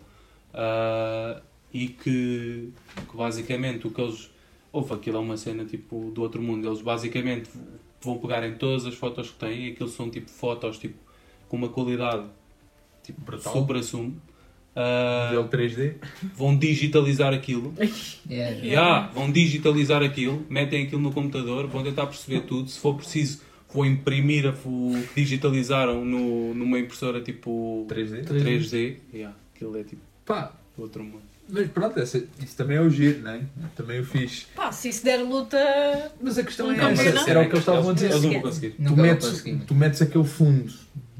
Ah, e que, que basicamente o que eles. Houve aquilo é uma cena tipo do outro mundo. Eles basicamente vão pegar em todas as fotos que têm e aquilo são tipo fotos tipo, com uma qualidade tipo,
Brutal.
super assumo.
Modelo 3D.
Vão digitalizar aquilo.
É,
Yeah.
Yeah, vão digitalizar aquilo, metem aquilo no computador, vão tentar perceber tudo. Se for preciso, vou imprimir a o que digitalizaram no, numa impressora tipo
3D.
3D. Yeah, aquilo é tipo
Pá.
outro mundo.
Mas pronto, essa- isso também é o giro, não é? Também o fiz.
Pá, se isso der luta.
Mas a questão
não
mas era o que eles estavam a dizer.
Eles não vão conseguir.
Tu
Nunca vão
metes,
conseguir.
tu metes aquele fundo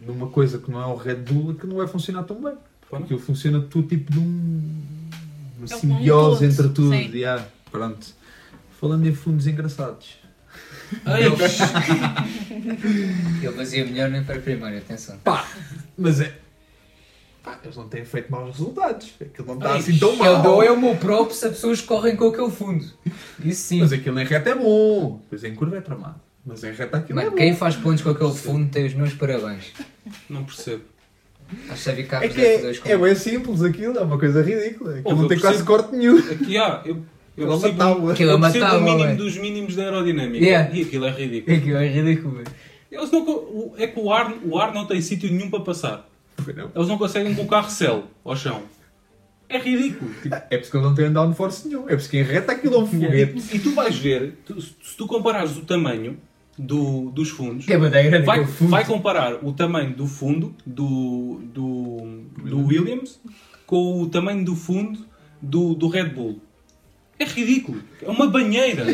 numa coisa que não é o Red Bull, que não vai funcionar tão bem. Porque aquilo funciona tudo tipo de um, uma
É um
simbiose
todo,
entre tudo.
sim.
Yeah, pronto. Falando em fundos engraçados.
Ele fazia melhor nem para a primária, atenção.
Pá, mas é. Pá, eles não têm feito maus resultados. Aquilo não está
Ai,
assim tão
eu
mal.
dou é o meu próprio se as pessoas correm com aquele fundo. Isso sim.
Mas aquilo em reta é bom. Pois em curva é tramado. Mas em reta aquilo é
Mano,
bom.
quem faz pontos com aquele fundo tem os meus parabéns.
Não percebo.
Acho que havia
É
carros
que é,
F2 com um.
é bem simples aquilo, é uma coisa ridícula. Aquilo
Ouve,
não
eu
tem quase
percebo-
corte nenhum.
Aqui há, eu,
Aquilo
eu
é uma
percebo,
tábua.
eu
Aquilo é uma
percebo
tábua,
o mínimo
ué.
dos mínimos da aerodinâmica.
Yeah.
E aquilo é ridículo.
Aquilo é ridículo.
Eles não, co- o- é que o ar, o ar não tem sítio nenhum para passar. Eles não conseguem colocar recelo ao chão. É ridículo.
É porque eles não têm downforce nenhum. É porque em reta aquilo é um foguete.
E tu vais ver, tu- se tu comparares o tamanho do- dos fundos,
Que é madeira,
vai,
que é o fundo.
vai comparar o tamanho do fundo do, do, do Williams com o tamanho do fundo do, do Red Bull. É ridículo. É uma banheira.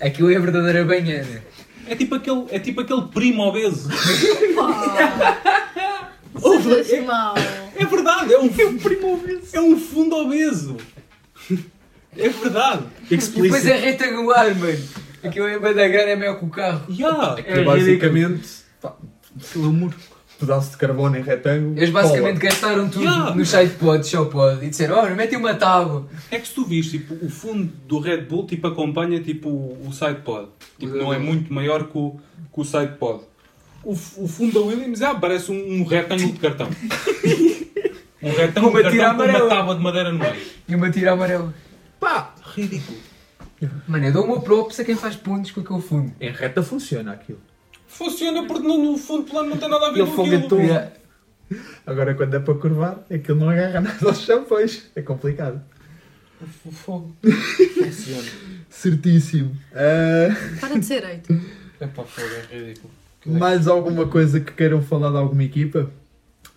Aquilo é a verdadeira banheira.
É tipo aquele, é tipo aquele primo obeso.
mal.
É verdade, é um, primo obeso. É um fundo obeso. É verdade.
E depois é retaguar, mano. Aquilo em Badagrana é maior que o carro.
Yeah. É basicamente, pá, glamour. Pedaço de carbono em retângulo.
Eles basicamente
cola.
gastaram tudo
Yeah.
no sidepod, showpod e disseram: Olha, mete uma tábua.
É que se tu viste, tipo, o fundo do Red Bull tipo, acompanha tipo, o o sidepod. Tipo, não é muito maior que o, que o sidepod. O, f- o fundo da Williams ah, parece um, um retângulo de cartão. Um retângulo
Uma tira
de cartão com uma
amarela.
tábua de madeira no meio.
E uma tira amarela.
Pá!
Ridículo.
Mano, eu dou uma props a é quem faz pontos com aquele fundo.
Em reta funciona aquilo.
Funciona porque no, no fundo plano não tem nada a ver
Ele
com aquilo.
foguetou.
então, é.
Agora, quando é para curvar, aquilo não agarra nada aos champanhes. É complicado.
Fogo.
Certíssimo. Ah,
Para de ser eito.
É para fogo, é ridículo.
mais alguma coisa que queiram falar de alguma equipa?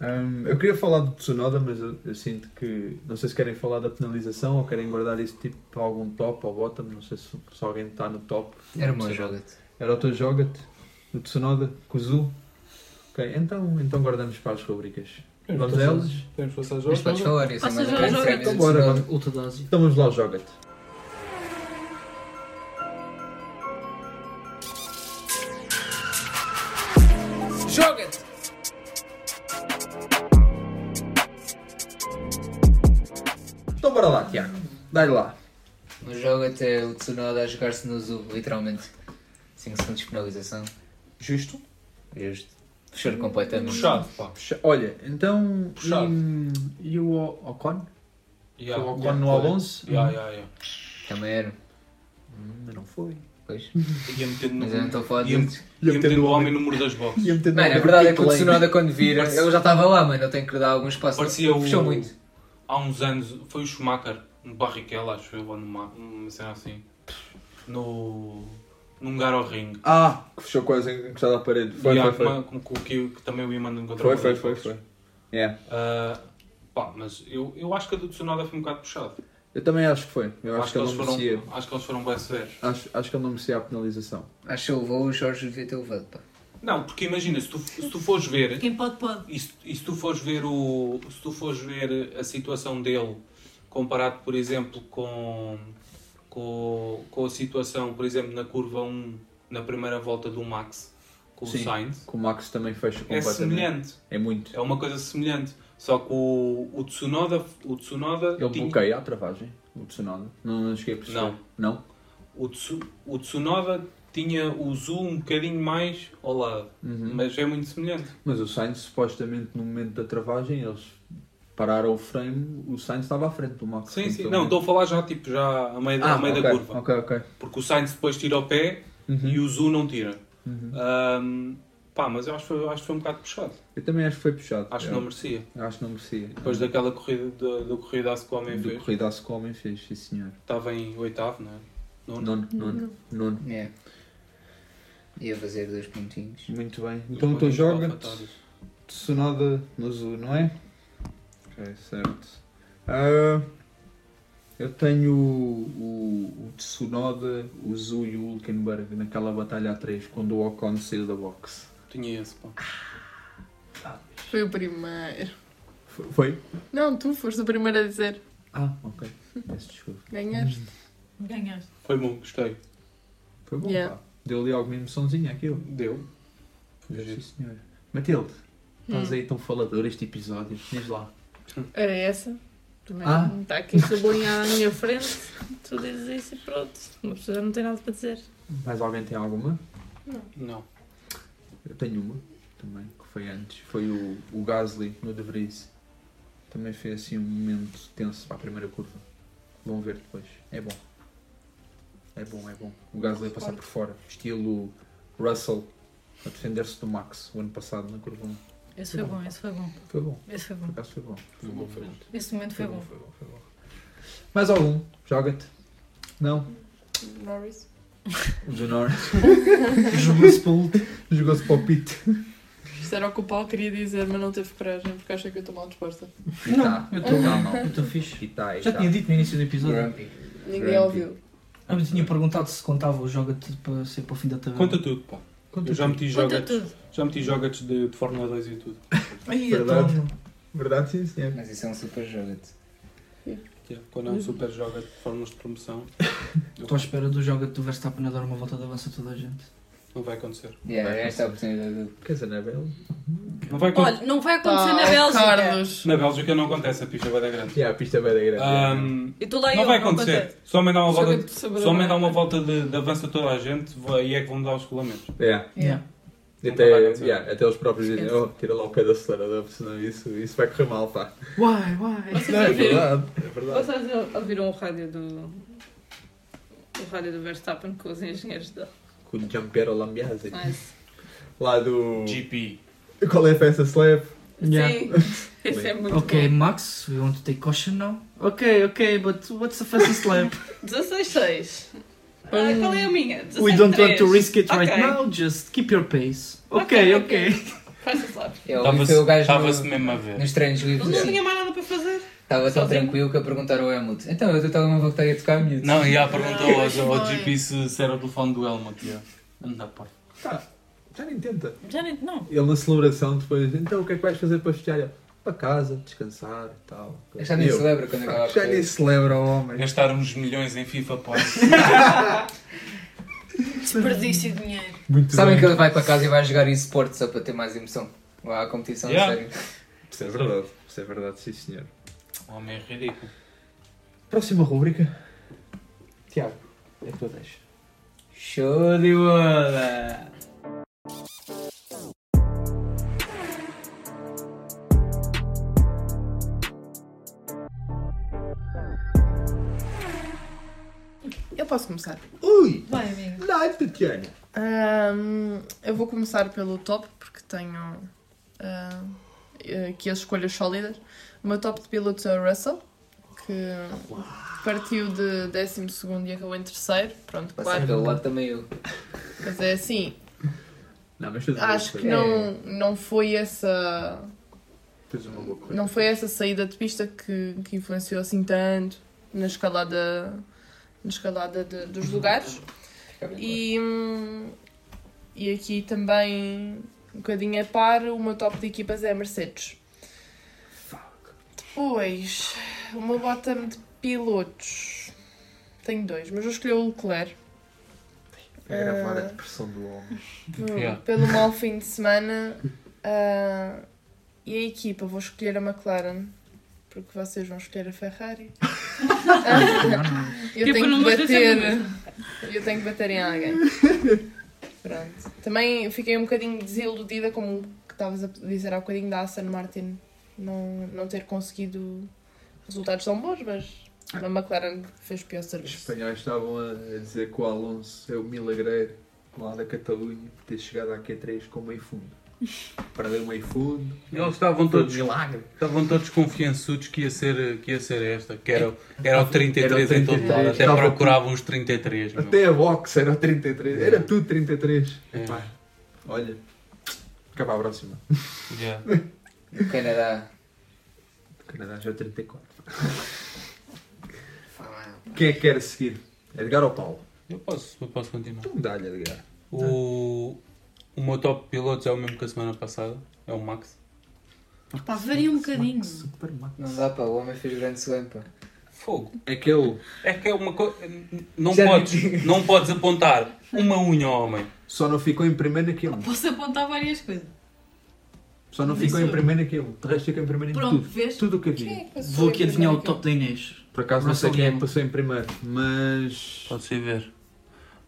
Ahm, eu queria falar do Tsunoda, mas eu, eu sinto que. Não sei se querem falar da penalização ou querem guardar isso tipo para algum top ou bottom. Não sei se, se alguém está no top.
Era o meu joga-te.
Era o teu joga-te? O Tsunoda? Kuzu? Ok, então, então guardamos para as rubricas. Vamos a elas?
Temos passar
Mas podes falar isso, é mais
Então,
importante, é mesmo
bora,
sinal.
vamos. Então vamos lá, joga-te.
Joga-te!
Então bora lá, Tiago. Dá-lhe lá.
O jogo até o Tsunoda a jogar-se no Zoo, literalmente. 5 segundos de penalização.
Justo?
Justo. Fechou completamente.
Puxado, pá.
Puxa- Olha, então.
Puxado.
E, e o O- Ocon?
Yeah,
Foi o Ocon
yeah,
no
foi.
Alonso?
Yeah, yeah, yeah.
Também era.
Hum, não foi.
Pois.
Ia metendo no,
Mas eu não estou a falar
ia,
disso.
ia metendo no homem no muro das boxes.
Ia metendo
Mano, a verdade é que o Tsunoda quando vira,
Parecia-
ele já estava lá, mano. Eu tenho que lhe dar algum espaço.
Parecia o.
Fechou muito.
Há uns anos, foi o Schumacher, no Barrichello, acho eu, ou numa, numa cena assim. No. num Garo Ring.
Ah, que fechou quase encostado à parede. Foi,
E há
foi,
uma-
foi.
Com, com, que, que também o Imano encontrou.
Foi, foi, foi. foi. É.
Ah, pá, mas eu, eu acho que a do Tsunoda foi um bocado puxado.
Eu também acho que foi. Eu acho, que ele
eles
não merecia.
foram, acho que eles foram bem severos.
Acho, acho que ele não merecia a penalização.
Acho que eu vou, o Jorge devia ter levado, pá.
Não, porque imagina, se tu, se tu fores ver.
Quem pode, pode.
E se, e se tu fores ver o se tu fores ver a situação dele comparado por exemplo com com, com a situação por exemplo na curva 1 na primeira volta do Max com o
Sim,
Sainz
que o Max também fecha
é
completamente.
semelhante
É muito.
é uma coisa semelhante só que o, o Tsunoda o Tsunoda
Ele
tinha-
bloqueia a travagem, o Tsunoda. Não, não cheguei a perceber.
Não.
Não?
o, Tsu, o Tsunoda tinha o zoom um bocadinho mais ao lado
Uhum.
mas é muito semelhante
Mas o Sainz, supostamente, no momento da travagem, eles pararam o frame, o Sainz estava à frente do Max.
sim sim
Então,
não estou a falar já tipo já a meio, da-
Ah,
a meio
ok, Uhum.
da curva
Ok, ok.
porque o Sainz depois tira o pé e o Zu não tira.
Uhum.
Ahm, pá, mas eu acho, que foi- acho que foi um bocado puxado.
Eu também acho que foi puxado.
Acho que
Eu-
não merecia.
eu Acho que não merecia.
Depois daquela corrida, da, da corrida que o homem
Do
fez,
corridaço que o homem fez, sim senhor.
estava em oitavo, não é? Nono.
Nono, nono, nono.
É. Ia fazer dois pontinhos.
Muito bem. Então
Depois
tu
dos
joga
alfatários.
Tsunoda no Zoo, não é? Ok, certo. Ah, eu tenho o, o Tsunoda, o Zoo e o Hulkenberg naquela batalha a 3, quando o Ocon saiu da box.
Tinha esse, pá.
Foi o primeiro.
Foi?
Não, tu foste o primeiro a dizer.
Ah, ok. Peço desculpa.
Ganhaste.
Ganhaste.
Foi bom, gostei.
Foi Uhum. bom,
Yeah.
pá. Deu ali alguma emoçãozinha aquilo.
Deu.
Sim, senhor. Matilde, estás aí tão falador este episódio. Diz lá.
Era essa. Primeiro,
Ah.
não
tá
está aqui sublinhada à minha frente. Tu dizes isso e pronto. Uma pessoa já não tem nada para dizer.
Mais alguém tem alguma?
Não.
Eu tenho uma também, que foi antes. Foi o, o Gasly no De Vries. Também foi assim um momento tenso para a primeira curva. Vão ver depois. É bom. É bom, é bom. O Gasly a passar por fora. Estilo Russell a defender-se do Max o ano passado na curva 1.
Esse foi bom, esse foi bom.
Foi bom.
Esse foi
Por
bom.
acaso foi bom. Foi um bom momento.
Esse momento foi,
Foi
bom.
bom, foi bom, foi bom. Mais algum? Joga-te. Não?
Norris.
O do Norris. Jogou-se para o último. Jogou-se para o pit.
Isto era o que o Paulo queria dizer, mas não teve coragem porque acha que eu estou mal disposta.
Não,
Tá,
eu estou
tá mal.
Eu estou Então, fixe.
E tá, e
Já
tá.
tinha dito no início do episódio.
Grumpy.
Ninguém ouviu.
Ah, mas tinha perguntado se contava o joga-te para ser para o fim da tabela.
Conta tudo, pá.
Conta
eu já meti
Conta
jogates,
tudo.
já meti jogates de, de Fórmula 2 e tudo.
Ai,
Verdade.
então,
Verdade, sim, senhor.
Mas isso é um super jogo-te.
Yeah, quando é um super joga de fórmulas de promoção,
Estou à espera do jogo do Verstappen a dar uma volta de avanço a toda a gente.
não vai acontecer.
Yeah, esta é a oportunidade do.
Quer dizer, não é belo?
Não vai acontecer.
Olha, não vai acontecer
Ah,
na Bélgica.
Na Bélgica não acontece, a pista vai dar grande.
Yeah, a pista vai dar grande.
Ahm,
Eu estou lá e
não
eu,
vai
não
acontecer.
acontece.
Só me dá uma
Só
volta,
que sobre-
só me dá uma volta de, de avanço a toda a gente vai- e é que vão dar os regulamentos.
Yeah.
É.
Yeah.
Até, Tipo, é, yeah, até os próprios dizem, oh, tira lá o pé do acelerador, porque senão isso, isso vai correr mal, pá.
Uai, uai.
Não, é verdade, é verdade.
Vocês ouviram o rádio do. O rádio do Verstappen com os engenheiros dele.
Com o Giampiero Lambiase.
Nice.
Lá do...
GP.
Qual é a festa slap?
Sim, isso é muito
okay,
bom.
Max, we want to take caution now. Okay, okay, but what's the fastest lap?
16-6. Ah, qual é a minha? 16
we don't want to risk it right
Ok.
now, just keep your pace. Okay, okay.
Faz esse lado.
Eu
Tava-se-
ouvi foi É o gajo
tava-se
no-
mesmo a ver.
nos treinos
Ele
livres.
não
assim.
tinha mais nada para fazer.
Estava tão tranquilo que a perguntar ao Helmut. Então, eu estava uma volta a tocar miúdo.
Não, e já perguntou ao, ao GP se, se era o telefone do Helmut. Yeah. Não dá pá.
Tá, já nem tenta.
Já nem. Não.
Ele na celebração depois, então o que é que vais fazer para festejar? Ele, Para casa, descansar e tal.
Eu já nem
Eu,
celebro quando acaba a
Já nem
corrida.
celebra o homem.
Gastar uns milhões em FIFA, pá.
Desperdício de dinheiro.
Sabem
bem.
que ele vai para casa e vai jogar esportes só para ter mais emoção. Lá à competição, a
Yeah.
sério.
Isso é verdade, isso é verdade, sim senhor.
O homem é ridículo.
Próxima rubrica. Tiago, é tua deixa.
Show de bola!
Eu posso começar.
Ui!
Vai, amigo.
Não, Tatiana.
Ahm, eu vou começar pelo top, porque tenho ah, aqui as escolhas sólidas. O meu top de pilotos é o Russell, que partiu de 12 e acabou em terceiro. Pronto,
Passei
claro.
pelo lado também eu.
Mas é assim,
Não, mas fez uma
acho
boa
que
coisa.
não, não foi essa
Fez uma boa coisa.
não foi essa saída de pista que, que influenciou assim tanto na escalada, na escalada de- dos
Uhum.
lugares. E, hum, e aqui também um bocadinho a par, o meu top de equipas é a Mercedes. Depois, uma bota de pilotos. Tenho dois, mas vou escolher o Leclerc.
É gravar a
Eh.
Ah,
depressão do homem. Tipo,
por- Hum, pelo mau fim de semana. ah, e a equipa, vou escolher a McLaren, porque vocês vão escolher a Ferrari. eu
Que é para
tenho que
não
bater.
bater
Eu tenho que bater em alguém. Pronto. Também fiquei um bocadinho desiludida, como o que estavas a dizer há bocadinho da Aston Martin não, não ter conseguido resultados tão bons, mas a McLaren fez pior
Os
serviço.
espanhóis estavam a a dizer que o Alonso é o milagreiro lá da Catalunha por ter chegado à Q3 com meio fundo. Perdeu meio fundo.
Eles estavam todos,
Foi um milagre.
estavam todos confiançudos que ia ser, que ia ser esta, que
É,
era, era o 33 em todo
33.
lado. Até
Estava
procuravam os 33. meu.
Até a box era o
É.
33. Era tudo 33. Epá, olha. Acaba a próxima.
Yeah.
O Canadá.
O Canadá já é o 34. Quem é que quer seguir? Edgar ou Paulo?
Eu posso, eu posso continuar.
Então dá-lhe, Edgar.
O, o meu top de pilotos é o mesmo que a semana passada, é o Max.
É.
Pá, varia um bocadinho.
Não dá, pá, o homem fez grande slam, pá.
Fogo.
É que eu.
É que é uma coisa. Não
Já
podes, não podes apontar uma unha ao homem.
Só não ficou em primeiro naquele.
Posso apontar várias coisas.
Só não ficou em primeiro naquele. De resto ficou em primeiro em
Pronto,
tudo.
vês?
Tudo o que havia.
Vou aqui adivinhar o top da Inês.
Por acaso não sei
Russell
quem é que
Hamilton.
passou em primeiro, mas.
Pode ser ver.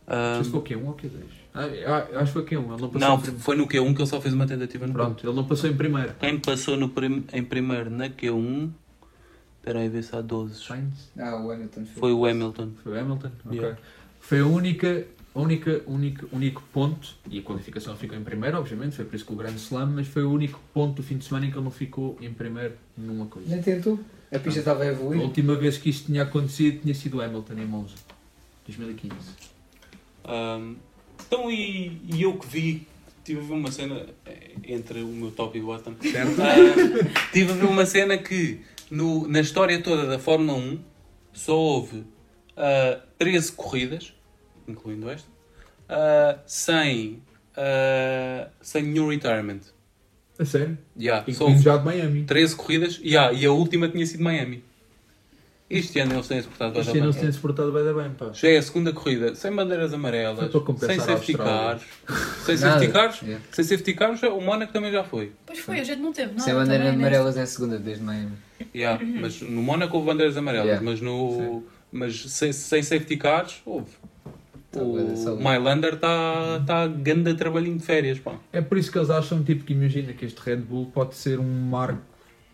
Acho que foi o quê? Um ou o quê? Dois? Ah, eu acho que foi o quê? Um. Ele não passou
Não,
em primeiro.
foi no Q1 que ele só fez uma tentativa no
Pronto, ele não passou em primeiro.
Quem passou no prim- em primeiro na Q1, espera aí, vê se há 12.
Ah, o Hamilton fez.
Foi o Hamilton.
Foi o Hamilton. ok.
Yeah.
Foi a única, a única, única, único ponto, e a qualificação ficou em primeiro, obviamente, foi por isso que o grande slam, mas foi o único ponto do fim de semana em que ele não ficou em primeiro numa coisa.
Nem tentou. A pista estava a
A
evoluir.
última vez que isto tinha acontecido tinha sido o Hamilton em Monza, 2015.
Ahm, então, e, e eu que vi, tive a ver uma cena eh, entre o meu top e o bottom.
Certo.
Ahm, tive a ver uma cena que no- na história toda da Fórmula 1 só houve ah, 13 corridas, incluindo esta, ah, sem, ah, sem nenhum retirement.
A sério?
Yeah, só
Incluindo
houve
já de Miami.
13 corridas yeah, e a última tinha sido Miami. Este ano eles têm se portado
Este
bué da
ano
bem.
se tem-se portado bem, da bem, pá.
Já é a segunda corrida, sem bandeiras amarelas,
Foi para compensar
sem
a
safety
Austrália.
cars. Sem
Nada.
safety cars, sem safety cars, já- o Mónaco também já foi.
Pois foi, a gente não teve nada.
Sem bandeiras
também, né?
amarelas é a segunda desde Miami.
Yeah, mas no Mónaco houve bandeiras amarelas, mas, no, mas sem, sem safety cars houve.
Tá
O Mylander está tá ganda trabalhinho de férias, pá.
É por isso que eles acham tipo, que imagina que este Red Bull pode ser um marco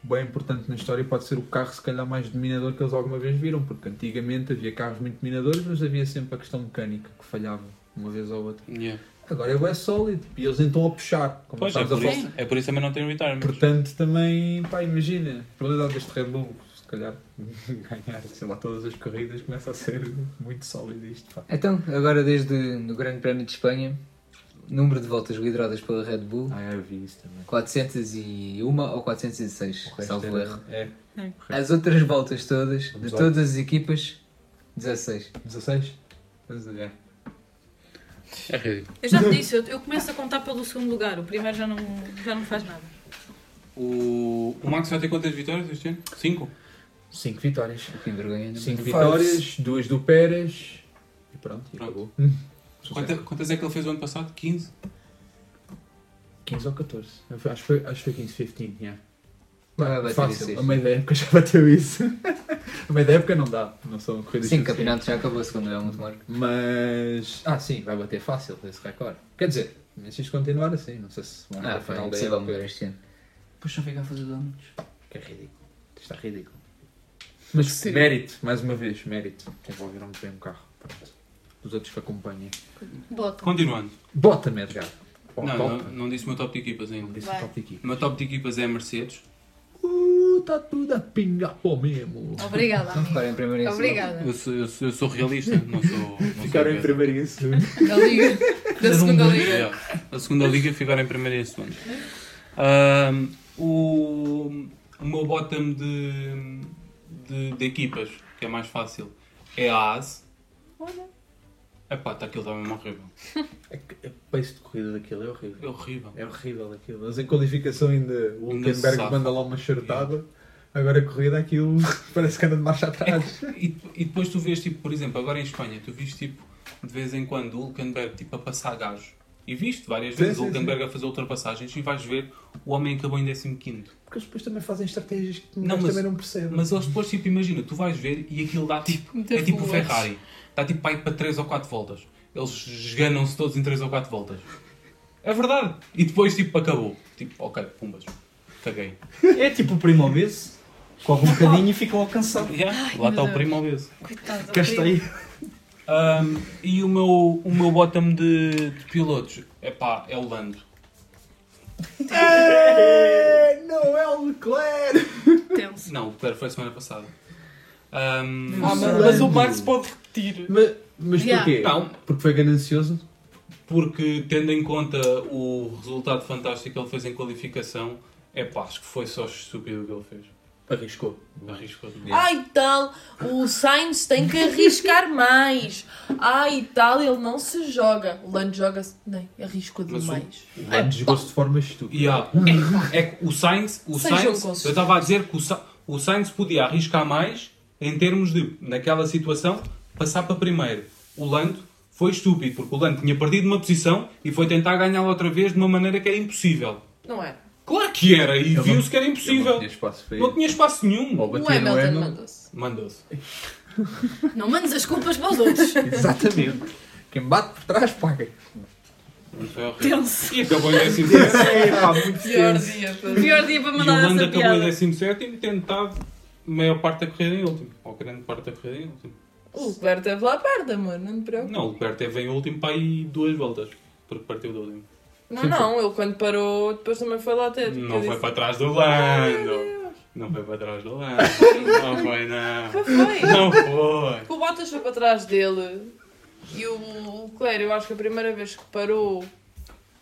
bem importante na história e pode ser o carro se calhar mais dominador que eles alguma vez viram, porque antigamente havia carros muito dominadores, mas havia sempre a questão mecânica que falhava uma vez ou outra. Agora ele é sólido e eles então a puxar, como
Pois, é
estás
por,
a falar.
isso, é por isso também não tem o retirement.
Portanto, também, pá, imagina, a probabilidade deste Red Bull, se calhar, ganhar, sei lá, todas as corridas começa a ser muito sólido isto, pá.
Então, agora desde o Grande Prémio de Espanha, número de voltas lideradas pela Red Bull.
Ah, eu vi isso também.
401 ou 406, salvo
era-
erro.
é.
É.
As outras voltas todas, de
lá.
todas as equipas, 16.
16? Pois é.
É ridículo.
Eu já te disse, eu, eu começo a contar pelo segundo lugar, o primeiro já não, já não faz nada.
O, o Max vai ter quantas vitórias este ano? Cinco?
5 vitórias.
Que vergonha.
5 vitórias, 2 do Pérez e pronto, e acabou.
Quanta- quantas é que ele fez o ano passado? 15?
15 ou 14? Eu fui- Acho que foi, acho que foi 15, 15, yeah.
Vai bater isso,
Fácil,
isso.
a meio da época já bateu isso. a meio da época não dá, não são corridas
Sim, o
suficientes.
campeonato já acabou, segundo é muito marco.
Mas. Ah, sim, vai bater fácil esse recorde. Quer dizer, mas se isto continuar assim, não sei se vão
Ah,
para o
foi
final da
impossível
época.
mudar este ano.
Depois só fica a fazer danos.
Que é ridículo. Isto está ridículo. Mas mérito, mais uma vez, mérito. Desenvolveram muito bem o carro. Pronto. Os outros que acompanhem.
Bota.
Continuando.
Bota, Mergado. Bom,
Não,
top.
não, não disse o meu top de equipas ainda. Não
disse o Vai. top de equipas.
O meu top de equipas é a Mercedes.
Uh, tá tudo a pingar para o mesmo.
Obrigada, amigo.
Ficaram em primeiro e em segundo.
Obrigada.
Eu sou, eu sou- eu sou realista, não sou. Não
Ficaram
sou
em primeiro e em segundo.
Da Liga. Da
um
segunda Liga. Hum.
Yeah. É. A segunda liga ficar em primeira e em segunda. Ahm, o, o meu bottom de, de, de equipas, que é mais fácil, é a AS.
Olha.
Epá, está aquilo também horrível.
É O pace de corrida daquilo é horrível.
É horrível.
É horrível aquilo. Mas em qualificação ainda o
Ainda se
Hülkenberg
safa.
manda lá uma chartada. Agora a corrida aquilo parece que anda de marcha atrás.
E, e depois tu vês, tipo, por exemplo, agora em Espanha, tu viste tipo, de vez em quando o Hulkenberg tipo, a passar gajo. E viste várias
Sim,
vezes
sim,
o Hulkenberg a fazer ultrapassagens e vais ver o homem acabou em 15.
Porque eles depois também fazem estratégias que
Não,
nós
mas-
tipo, um também não percebem.
Mas eles depois, tipo, imagina, tu vais ver e aquilo dá tipo.
Muita
é tipo o
volta.
Ferrari. Dá tipo para ir para 3 ou 4 voltas. Eles esganam-se todos em 3 ou 4 voltas. É verdade. E depois, tipo, acabou. Tipo, ok, pumbas. Caguei.
É tipo o primo obeso. Corre um bocadinho e ficam alcançados.
Yeah, lá está o primo obeso.
Coitado, Cá está aí.
Ahm, e o meu, o meu bottom de, de pilotos é pá, é o Lando.
É, não é o Leclerc!
Não, o Pedro foi semana passada. Ahm,
Ah, mas- mas o Max
pode repetir.
Mas, mas porquê?
Não,
Porque foi ganancioso?
porque tendo em conta o resultado fantástico que ele fez em qualificação, é pá, acho que foi só estúpido o que ele fez.
Arriscou.
Arriscou demais.
Ai tal, o Sainz tem que arriscar mais. Ai tal, ele não se joga. O Lando joga-se. Nem, arrisco
Mas o-
demais.
o
Ah, desgosto de Uhum. forma estúpida.
Yeah. É, é que o Sainz, o
Sem jogo
Sainz
consistente.
eu estava a dizer que o, Sa- o Sainz podia arriscar mais em termos de, naquela situação, passar para primeiro. O Lando foi estúpido, porque o Lando tinha perdido uma posição e foi tentar ganhá-la outra vez de uma maneira que era impossível.
Não é? era.
Claro que era, e
Ele
viu-se
não-
que era impossível.
Não tinha espaço para
Não tinha espaço nenhum.
Ou batia no
Hamilton
Hamilton.
mandou-se.
Mandou-se.
Não mandes as culpas para os outros.
Exatamente. Quem bate por trás paga.
Mas foi horrível.
Tenso.
E acabou em décimo
É, pá, muito
Pior
tenso.
dia. pá. Pior dia para
E o
mandar
Lando
essa
acabou em
piada.
17 e tentado a maior parte da corrida em último. Ou grande parte da corrida em último.
O Leclerc esteve lá perto, amor, não te preocupes.
Não, o Leclerc teve em último para aí duas voltas. Porque partiu do último.
Não,
Sim,
não, ele quando parou, depois também foi lá ter.
Não
Eu
foi
disse,
para trás do Lando. Não foi para trás do Lando. Não foi, não.
Foi, foi.
Não foi.
O Bottas foi para trás dele. E o Leclerc, eu acho que a primeira vez que parou.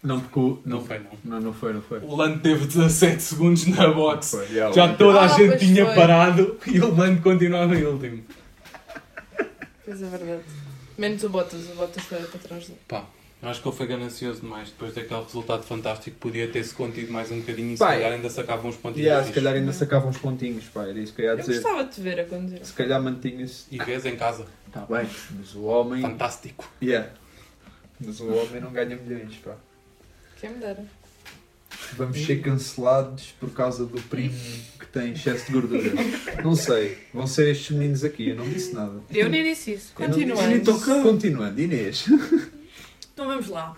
Não, porque o...
Não foi, não.
Não, não foi, não foi.
O Lando teve 17 segundos na box.
Foi, já,
Já
Lando.
toda a
Ah,
gente
pois
tinha
foi.
parado e o Lando continuava em último.
Pois é verdade. Menos o Bottas, o Bottas foi para trás dele.
Pá, Eu Acho que ele foi ganancioso demais. Depois daquele resultado fantástico, podia ter-se contido mais um bocadinho e se
Pá,
calhar ainda sacavam uns pontinhos.
Yeah, se
fixes.
calhar ainda sacavam uns pontinhos, pá, era isso que eu ia
Eu
dizer.
gostava de te ver acontecer.
Se calhar mantinha-se.
E vês em casa.
Está bem, mas o homem.
Fantástico.
Yeah. Mas o homem não ganha milhões, pá.
Quem me dera.
Vamos ser cancelados por causa do primo que tem excesso de gordura. Não sei, vão ser estes meninos aqui, eu não disse nada.
Eu nem disse isso.
Eu não disse-
Continuando.
Continuando, Inês.
Então vamos lá.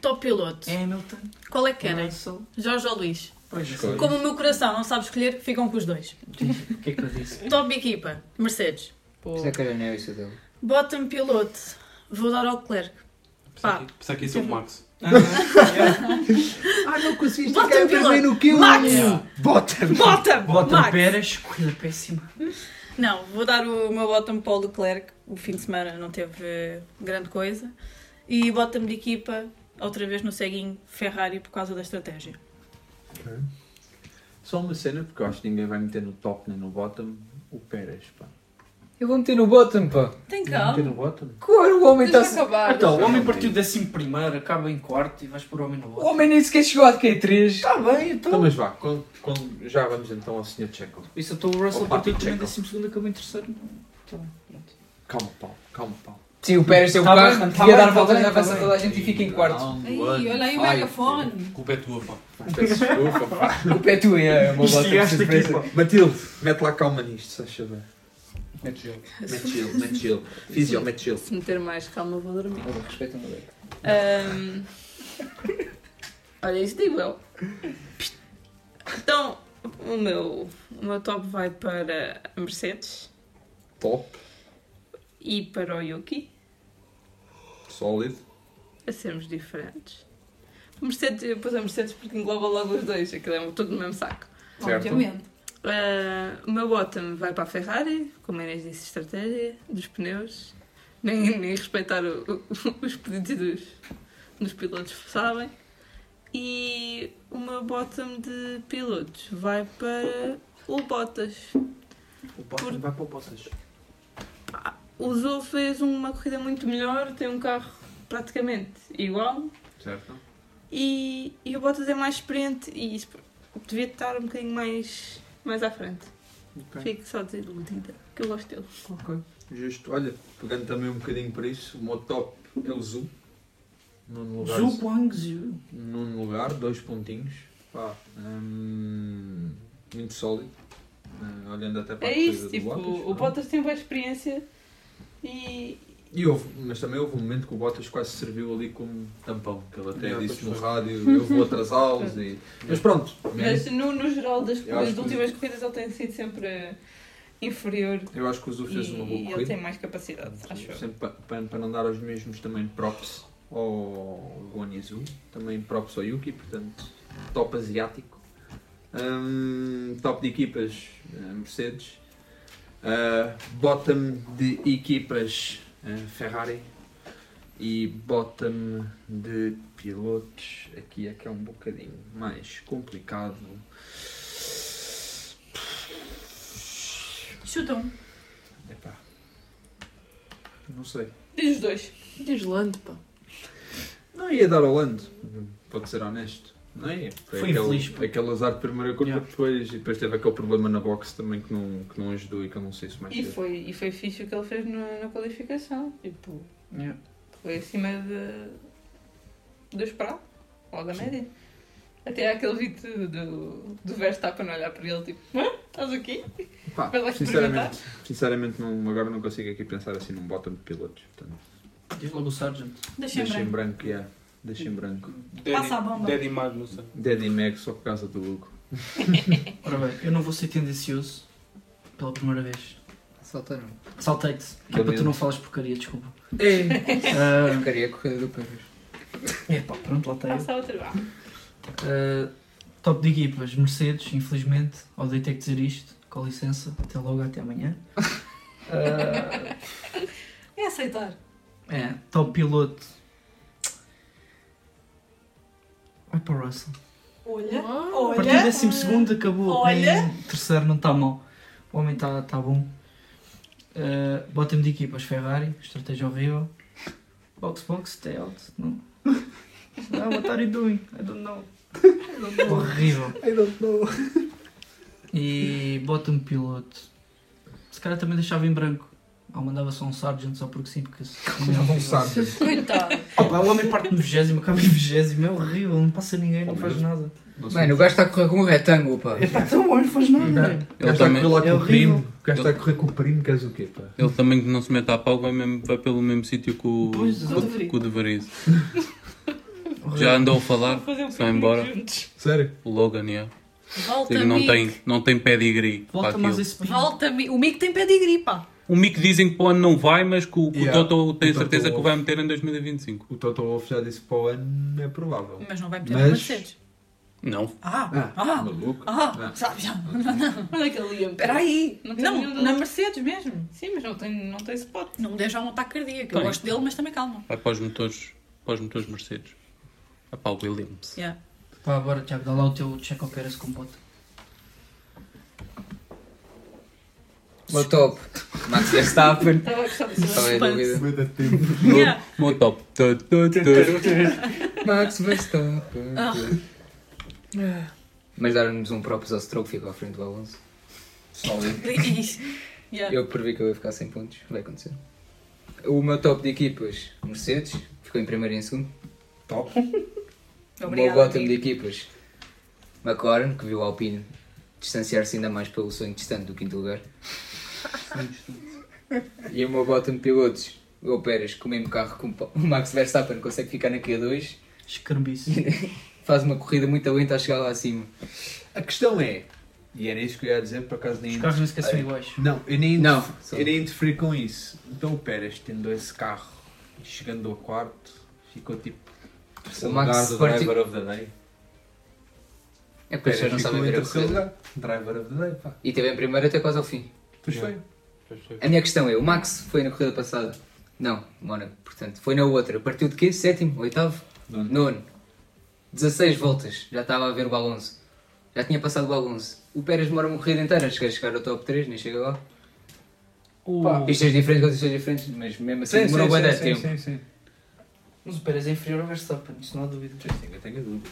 Top piloto.
Hamilton.
Qual é que querem? Jorge ou Luís?
Escolhe.
Como o meu coração não sabe escolher, ficam com os dois.
O que é que eu disse?
Top equipa, Mercedes.
Isso é que era não isso dele.
Bottom piloto, vou dar ao Clerc. Pá.
Pensei que isso é o Max.
ah, não conseguiste
Bottom piloto. Max!
Bota!
Bota! Max.
Pérez, corrida péssima.
Não, vou dar o meu bottom para o Leclerc. O fim de semana não teve eh, grande coisa. E bottom de equipa, outra vez no ceguinho, Ferrari por causa da estratégia.
Só uma cena, porque eu acho que ninguém vai meter no top nem no bottom o Pérez, pá.
Eu vou meter no bottom, pá.
Tem
Meter no bottom?
Claro, o homem está.
Deixa
acabar.
Então, o homem partiu décimo primeiro, acaba em quarto e vais pôr o homem no
O
bottom.
homem nem sequer chegou a Q3. Está bem, então.
Então, mas vá, quando- quando- já vamos então ao Sr. Checo.
Isso então o Russell
Opa,
partiu
Checo.
também décimo segundo, acabou em terceiro. Tá
Então,
bem, pronto.
Calma, Paulo, calma, Paulo.
Sim, o Pérez tem o
Tá
carro,
bem, tá
devia
bem,
dar
tá
voltas
bem,
na
tá
avança
bem.
toda a gente e fica em quarto.
Ei, olha aí o
Ai,
megafone.
Culpa é tua, pá.
Peço desculpa, pá.
Culpa é tua, é uma bota de
Instigaste aqui,
surpresa.
pá. Matilde, mete lá calma nisto, se achas bem.
Mete gelo.
Mete gelo, mete gelo. Fiz gelo, mete gelo.
Se meter mais calma, vou dormir.
Respeita o leque.
Ahm, Olha, isso digo eu. Então, o meu, o meu top vai para a Mercedes
Top,
e para o Yuki,
sólido.
a sermos diferentes. Mercedes, eu pus a Mercedes porque engloba logo os dois, aquilo é tudo no mesmo saco.
Certo. Obviamente.
Ah, o meu bottom vai para a Ferrari, como a Inês disse, estratégia dos pneus, nem, nem respeitar o- o- os pedidos dos, dos pilotos, sabem? E o meu bottom de pilotos vai para o Bottas.
O bottom vai para o Bottas.
O Zou fez uma corrida muito melhor, tem um carro praticamente igual,
Certo.
e, e o Bottas é mais experiente e isso devia estar um bocadinho mais, mais à frente.
Ok.
Fico só desiludida, então, que eu gosto dele.
Ok. Justo. Olha, pegando também um bocadinho para isso, o meu top é o Zu. Nono lugar.
Zhu Guangzhou.
Nono lugar, dois pontinhos. Pá, hum, muito sólido. Ah, olhando até para
É
a
isso,
coisa
tipo,
do Bottas.
o Bottas tem boa experiência e.
E houve, mas também houve um momento que o Bottas quase serviu ali como tampão, que ele até
Yeah,
disse
pois
no
foi.
rádio, eu vou atrasá-los e... Mas pronto, né?
Mas no, no geral das,
Eu acho
das
que-
últimas corridas ele tem sido sempre eh, inferior.
eu acho que o Zu fez
e
uma boa
ele
corrida.
tem mais capacidade, acho eu.
Sempre para, não dar os mesmos também props ao Goni Azul, também props ao Yuki, portanto, top asiático. Hum, top de equipas, eh, Mercedes. Ah, bottom de equipas, eh, Ferrari. E bottom de pilotos, aqui é que é um bocadinho mais complicado.
Chutam.
Epá, não sei.
Diz os dois.
Diz Lando, pá.
Não ia dar ao Lando, pode ser honesto. Não ia.
Foi
aquele,
infeliz, pá.
Aquele azar de primeira curva, depois, e depois teve aquele problema na box também que não, que não ajudou e que eu não sei se mais
E
teve.
foi, e foi fixe o que ele fez na, na qualificação. Tipo, foi acima de, do esperado, ou da média. Até há aquele vídeo do, do Verstappen olhar para ele, tipo, "Hã? estás aqui?
Pá,
Vai lá experimentar.
sinceramente, sinceramente não, agora não consigo aqui pensar assim num bottom de pilotos. Portanto,
Diz logo o Sargent.
Deixa em
em branco, yeah. Deixa em branco.
Passa a bomba.
Daddy Magnussen.
Daddy Mag só por causa do Hugo.
Ora bem, eu não vou ser tendencioso pela primeira vez.
Salta não.
Saltei-te. Que é para tu não falas porcaria, desculpa.
É.
Ah,
Porcaria, corrida do Pérez.
É pá, pronto, lá está eu.
Passa a outra.
Uh, top de equipas, Mercedes, infelizmente, odeio ter que dizer isto, com licença, até logo, até amanhã. Uh,
É aceitar.
é, top piloto. Vai para o Russell.
Olha,
Partiu
olha.
décimo segundo, acabou
Olha.
em terceiro, não está mal. O homem está Eh, tá bom. Uh, Bottom de equipas, Ferrari, estratégia horrível. Box, box, stay out. Não. Não, what are you doing? I don't know. Horrível.
I don't know.
E bottom piloto. Se calhar também deixava em branco. Ou mandava só um Sargent só porque sim, porque se
Um Sargent.
Coitado. o homem parte no vigésimo, acaba em vigésimo, é horrível, não passa ninguém, não faz nada.
Mano, o gajo está a correr com um retângulo, pá. tá
É pá, tão longe, não faz nada.
Ele
Ele
está a correr lá
é
com o
horrível.
primo. O gajo está a correr com o primo, queres o quê, pá?
Ele também que não se mete à pau vai, mesmo- vai pelo mesmo sítio que o,
Pois,
que,
o De Vries.
o- que o De Vries. Já andou a falar,
Vou fazer um
se vai embora.
piquenique juntos.
Sério?
O Logan, yeah.
Volta,
Ele não
Mick.
tem, não tem pedigree para aquilo.
Volta, Mi- o Mick tem pedigree, pá.
O Mick dizem que para o ano não vai, mas que o, que o
Yeah.
Toto tem
O Toto
certeza que
Wolff.
o vai meter em 2025.
O Toto Wolff já disse para o ano é provável.
Mas não vai meter
Mas-
no Mercedes.
Não.
Ah, ah,
Ah,
ah,
maluco. Ah.
sabe já. Não, não.
Onde é que ele ia?
Peraí. Não,
tem nenhum deles.
na Mercedes mesmo.
Sim, mas não tem, não tem spot.
Não me deixa um ataque cardíaco. Eu
Tem.
gosto dele, mas também calma.
Vai para os motores, para os motores Mercedes. Ah, pá, o Williams.
Yeah.
Pá, bora, Tiago, dá lá o teu check ao Pérez com bota.
Meu top. Max Verstappen.
Estava a gostar de
Estava em dúvida.
Meu- Meu top. Tu, tu, tu.
Max Verstappen.
Ah.
Mas dar-nos um próprio ao Stroke fica à frente do Alonso.
É yeah.
Eu previ que eu ia ficar sem pontos, vai acontecer. O meu top de equipas, Mercedes, ficou em primeiro e em segundo. Top. O meu
Obrigada,
bottom de equipas, McLaren, que viu o Alpine distanciar-se ainda mais pelo sonho distante do quinto lugar. E o meu bottom de pilotos, o Pérez, com o mesmo carro que o Max Verstappen consegue ficar na Q2.
Escarbice.
Faz uma corrida muito lenta a chegar lá acima.
A questão é, e era isso que eu ia dizer, por acaso nem...
Os carros nem sequer são
Ah,
iguais.
Não, eu nem,
Não,
eu nem interferi com isso. Então o Pérez tendo esse carro e chegando ao quarto, ficou tipo...
O Max
lugar do
partiu-
driver of the day.
É porque as pessoas não
Pérez
sabem
ficou em
ver a
terceiro
corrida.
lugar. Driver of the day, pá.
E teve em primeiro até quase ao fim.
Pois foi.
A minha questão é, o Max foi na corrida passada? Não, Mónaco, portanto, foi na outra. Partiu de quê? Sétimo, oitavo? Nono. 16 voltas, já estava a ver o Alonso. Já tinha passado o Alonso. O Pérez demora uma corrida inteira, chega a chegar ao top 3, nem chega lá. Pá, é Pistas diferentes, condições diferentes, mas mesmo assim demorou bem de tempo.
Mas o Pérez é inferior ao Verstappen, isso não há dúvida.
Sim, eu tenho dúvida.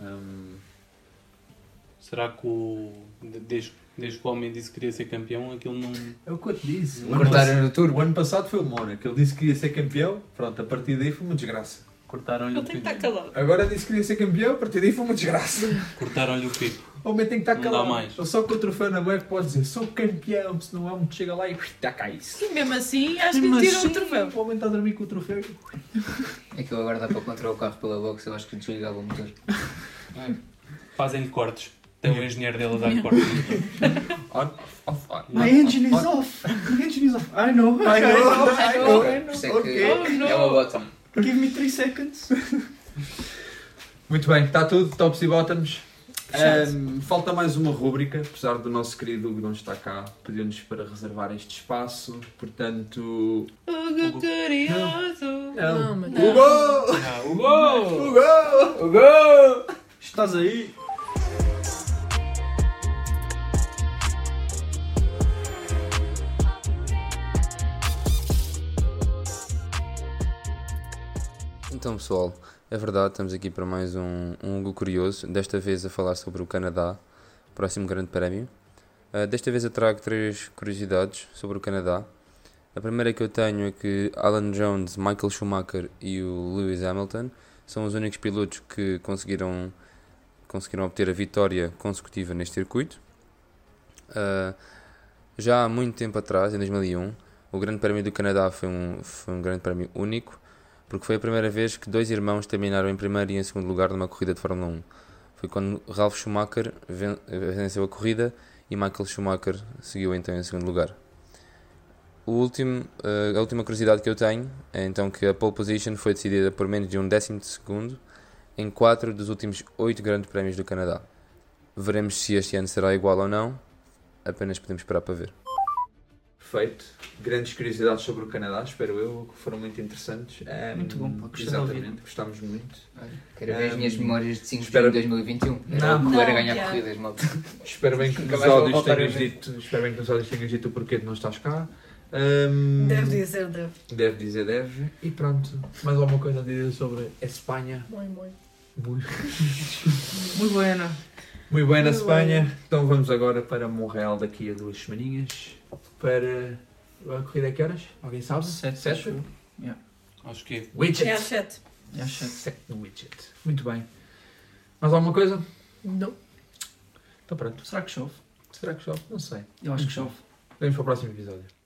Hum,
Será que o. de- Desde, desde que o homem disse que queria ser campeão, aquilo não.
É o que eu te disse. O ano,
Cortaram
passado, o ano passado foi o Mónaco. Ele disse que ia ser campeão. Pronto, a partir daí foi uma desgraça.
Cortaram-lhe o pipo.
calado.
Agora disse que ia ser campeão. A partir daí foi uma desgraça.
Cortaram-lhe o pipo.
O homem tem que estar
Não dá
calado.
mais.
Ou só com o troféu na mão é que pode dizer sou campeão. Senão há um que chega lá e já cai isso.
E mesmo assim, acho que
Mesmo
lhe tiram
assim,
o troféu.
O homem está a dormir com o troféu.
Aquilo É agora dá para controlar o carro pela box, eu acho que desligava o motor.
Fazem-lhe cortes. Tem o engenheiro dele a dar cortes.
On, off, on.
My engine
is off. My engine is off. I know. I know.
Ok, por isso é que
Ok.
é uma bottom.
Give me 3 seconds.
Muito bem, está tudo, tops e bottoms. Ahm, falta mais uma rúbrica, apesar do nosso querido Hugo não estar cá, pediu-nos para reservar este espaço, portanto.
Hugo Curioso.
Não,
mas
Hugo!
Hugo!
Hugo!
Hugo!
Estás aí?
Então, pessoal, é verdade, estamos aqui para mais um, um Hugo Curioso, desta vez a falar sobre o Canadá, próximo grande prémio. Ah, desta vez eu trago três curiosidades sobre o Canadá. A primeira que eu tenho é que Alan Jones, Michael Schumacher e o Lewis Hamilton são os únicos pilotos que conseguiram, conseguiram obter a vitória consecutiva neste circuito. Ah, já há muito tempo atrás, em 2001, o Grande Prémio do Canadá foi um, foi um grande prémio único, porque foi a primeira vez que dois irmãos terminaram em primeiro e em segundo lugar numa corrida de Fórmula 1. Foi quando Ralf Schumacher ven- venceu a corrida e Michael Schumacher seguiu então em segundo lugar. O último, eh, a última curiosidade que eu tenho é então que a pole position foi decidida por menos de um décimo de segundo em quatro dos últimos oito grandes prémios do Canadá. Veremos se este ano será igual ou não, apenas podemos esperar para ver.
Perfeito. Grandes curiosidades sobre o Canadá, espero eu, que foram muito interessantes. Ahm,
Muito bom, pá, gostei de ouvir.
Exatamente, gostámos muito.
Quero ver as
Ahm,
minhas memórias de 5 de
espero-
junho de 2021. Era
Não.
o que era
Não,
ganhar
Tiago.
corridas, malta.
Espero bem que
Nunca
nos
mais vou
áudios
voltar a
tenhas
ver.
dito, espero bem que nos áudios tenhas dito o porquê de não estás cá. Ahm,
Deve dizer, deve.
Deve dizer, deve. E pronto. Mais alguma coisa a dizer sobre a Espanha?
Moi, moi.
Muito
Muito buena.
Muito bem na
Muito
Espanha. Então vamos agora para Monreal daqui a duas semaninhas. Para a corrida a que horas? Alguém sabe?
Sete, acho
Sete?
eu. Yeah.
Acho que é.
Widget.
É às sete.
É às sete.
Sete no widget. Muito bem. Mais alguma coisa?
Não.
Então pronto.
Será que chove?
Será que chove? Não sei.
Eu acho que chove.
Vamos para o próximo episódio.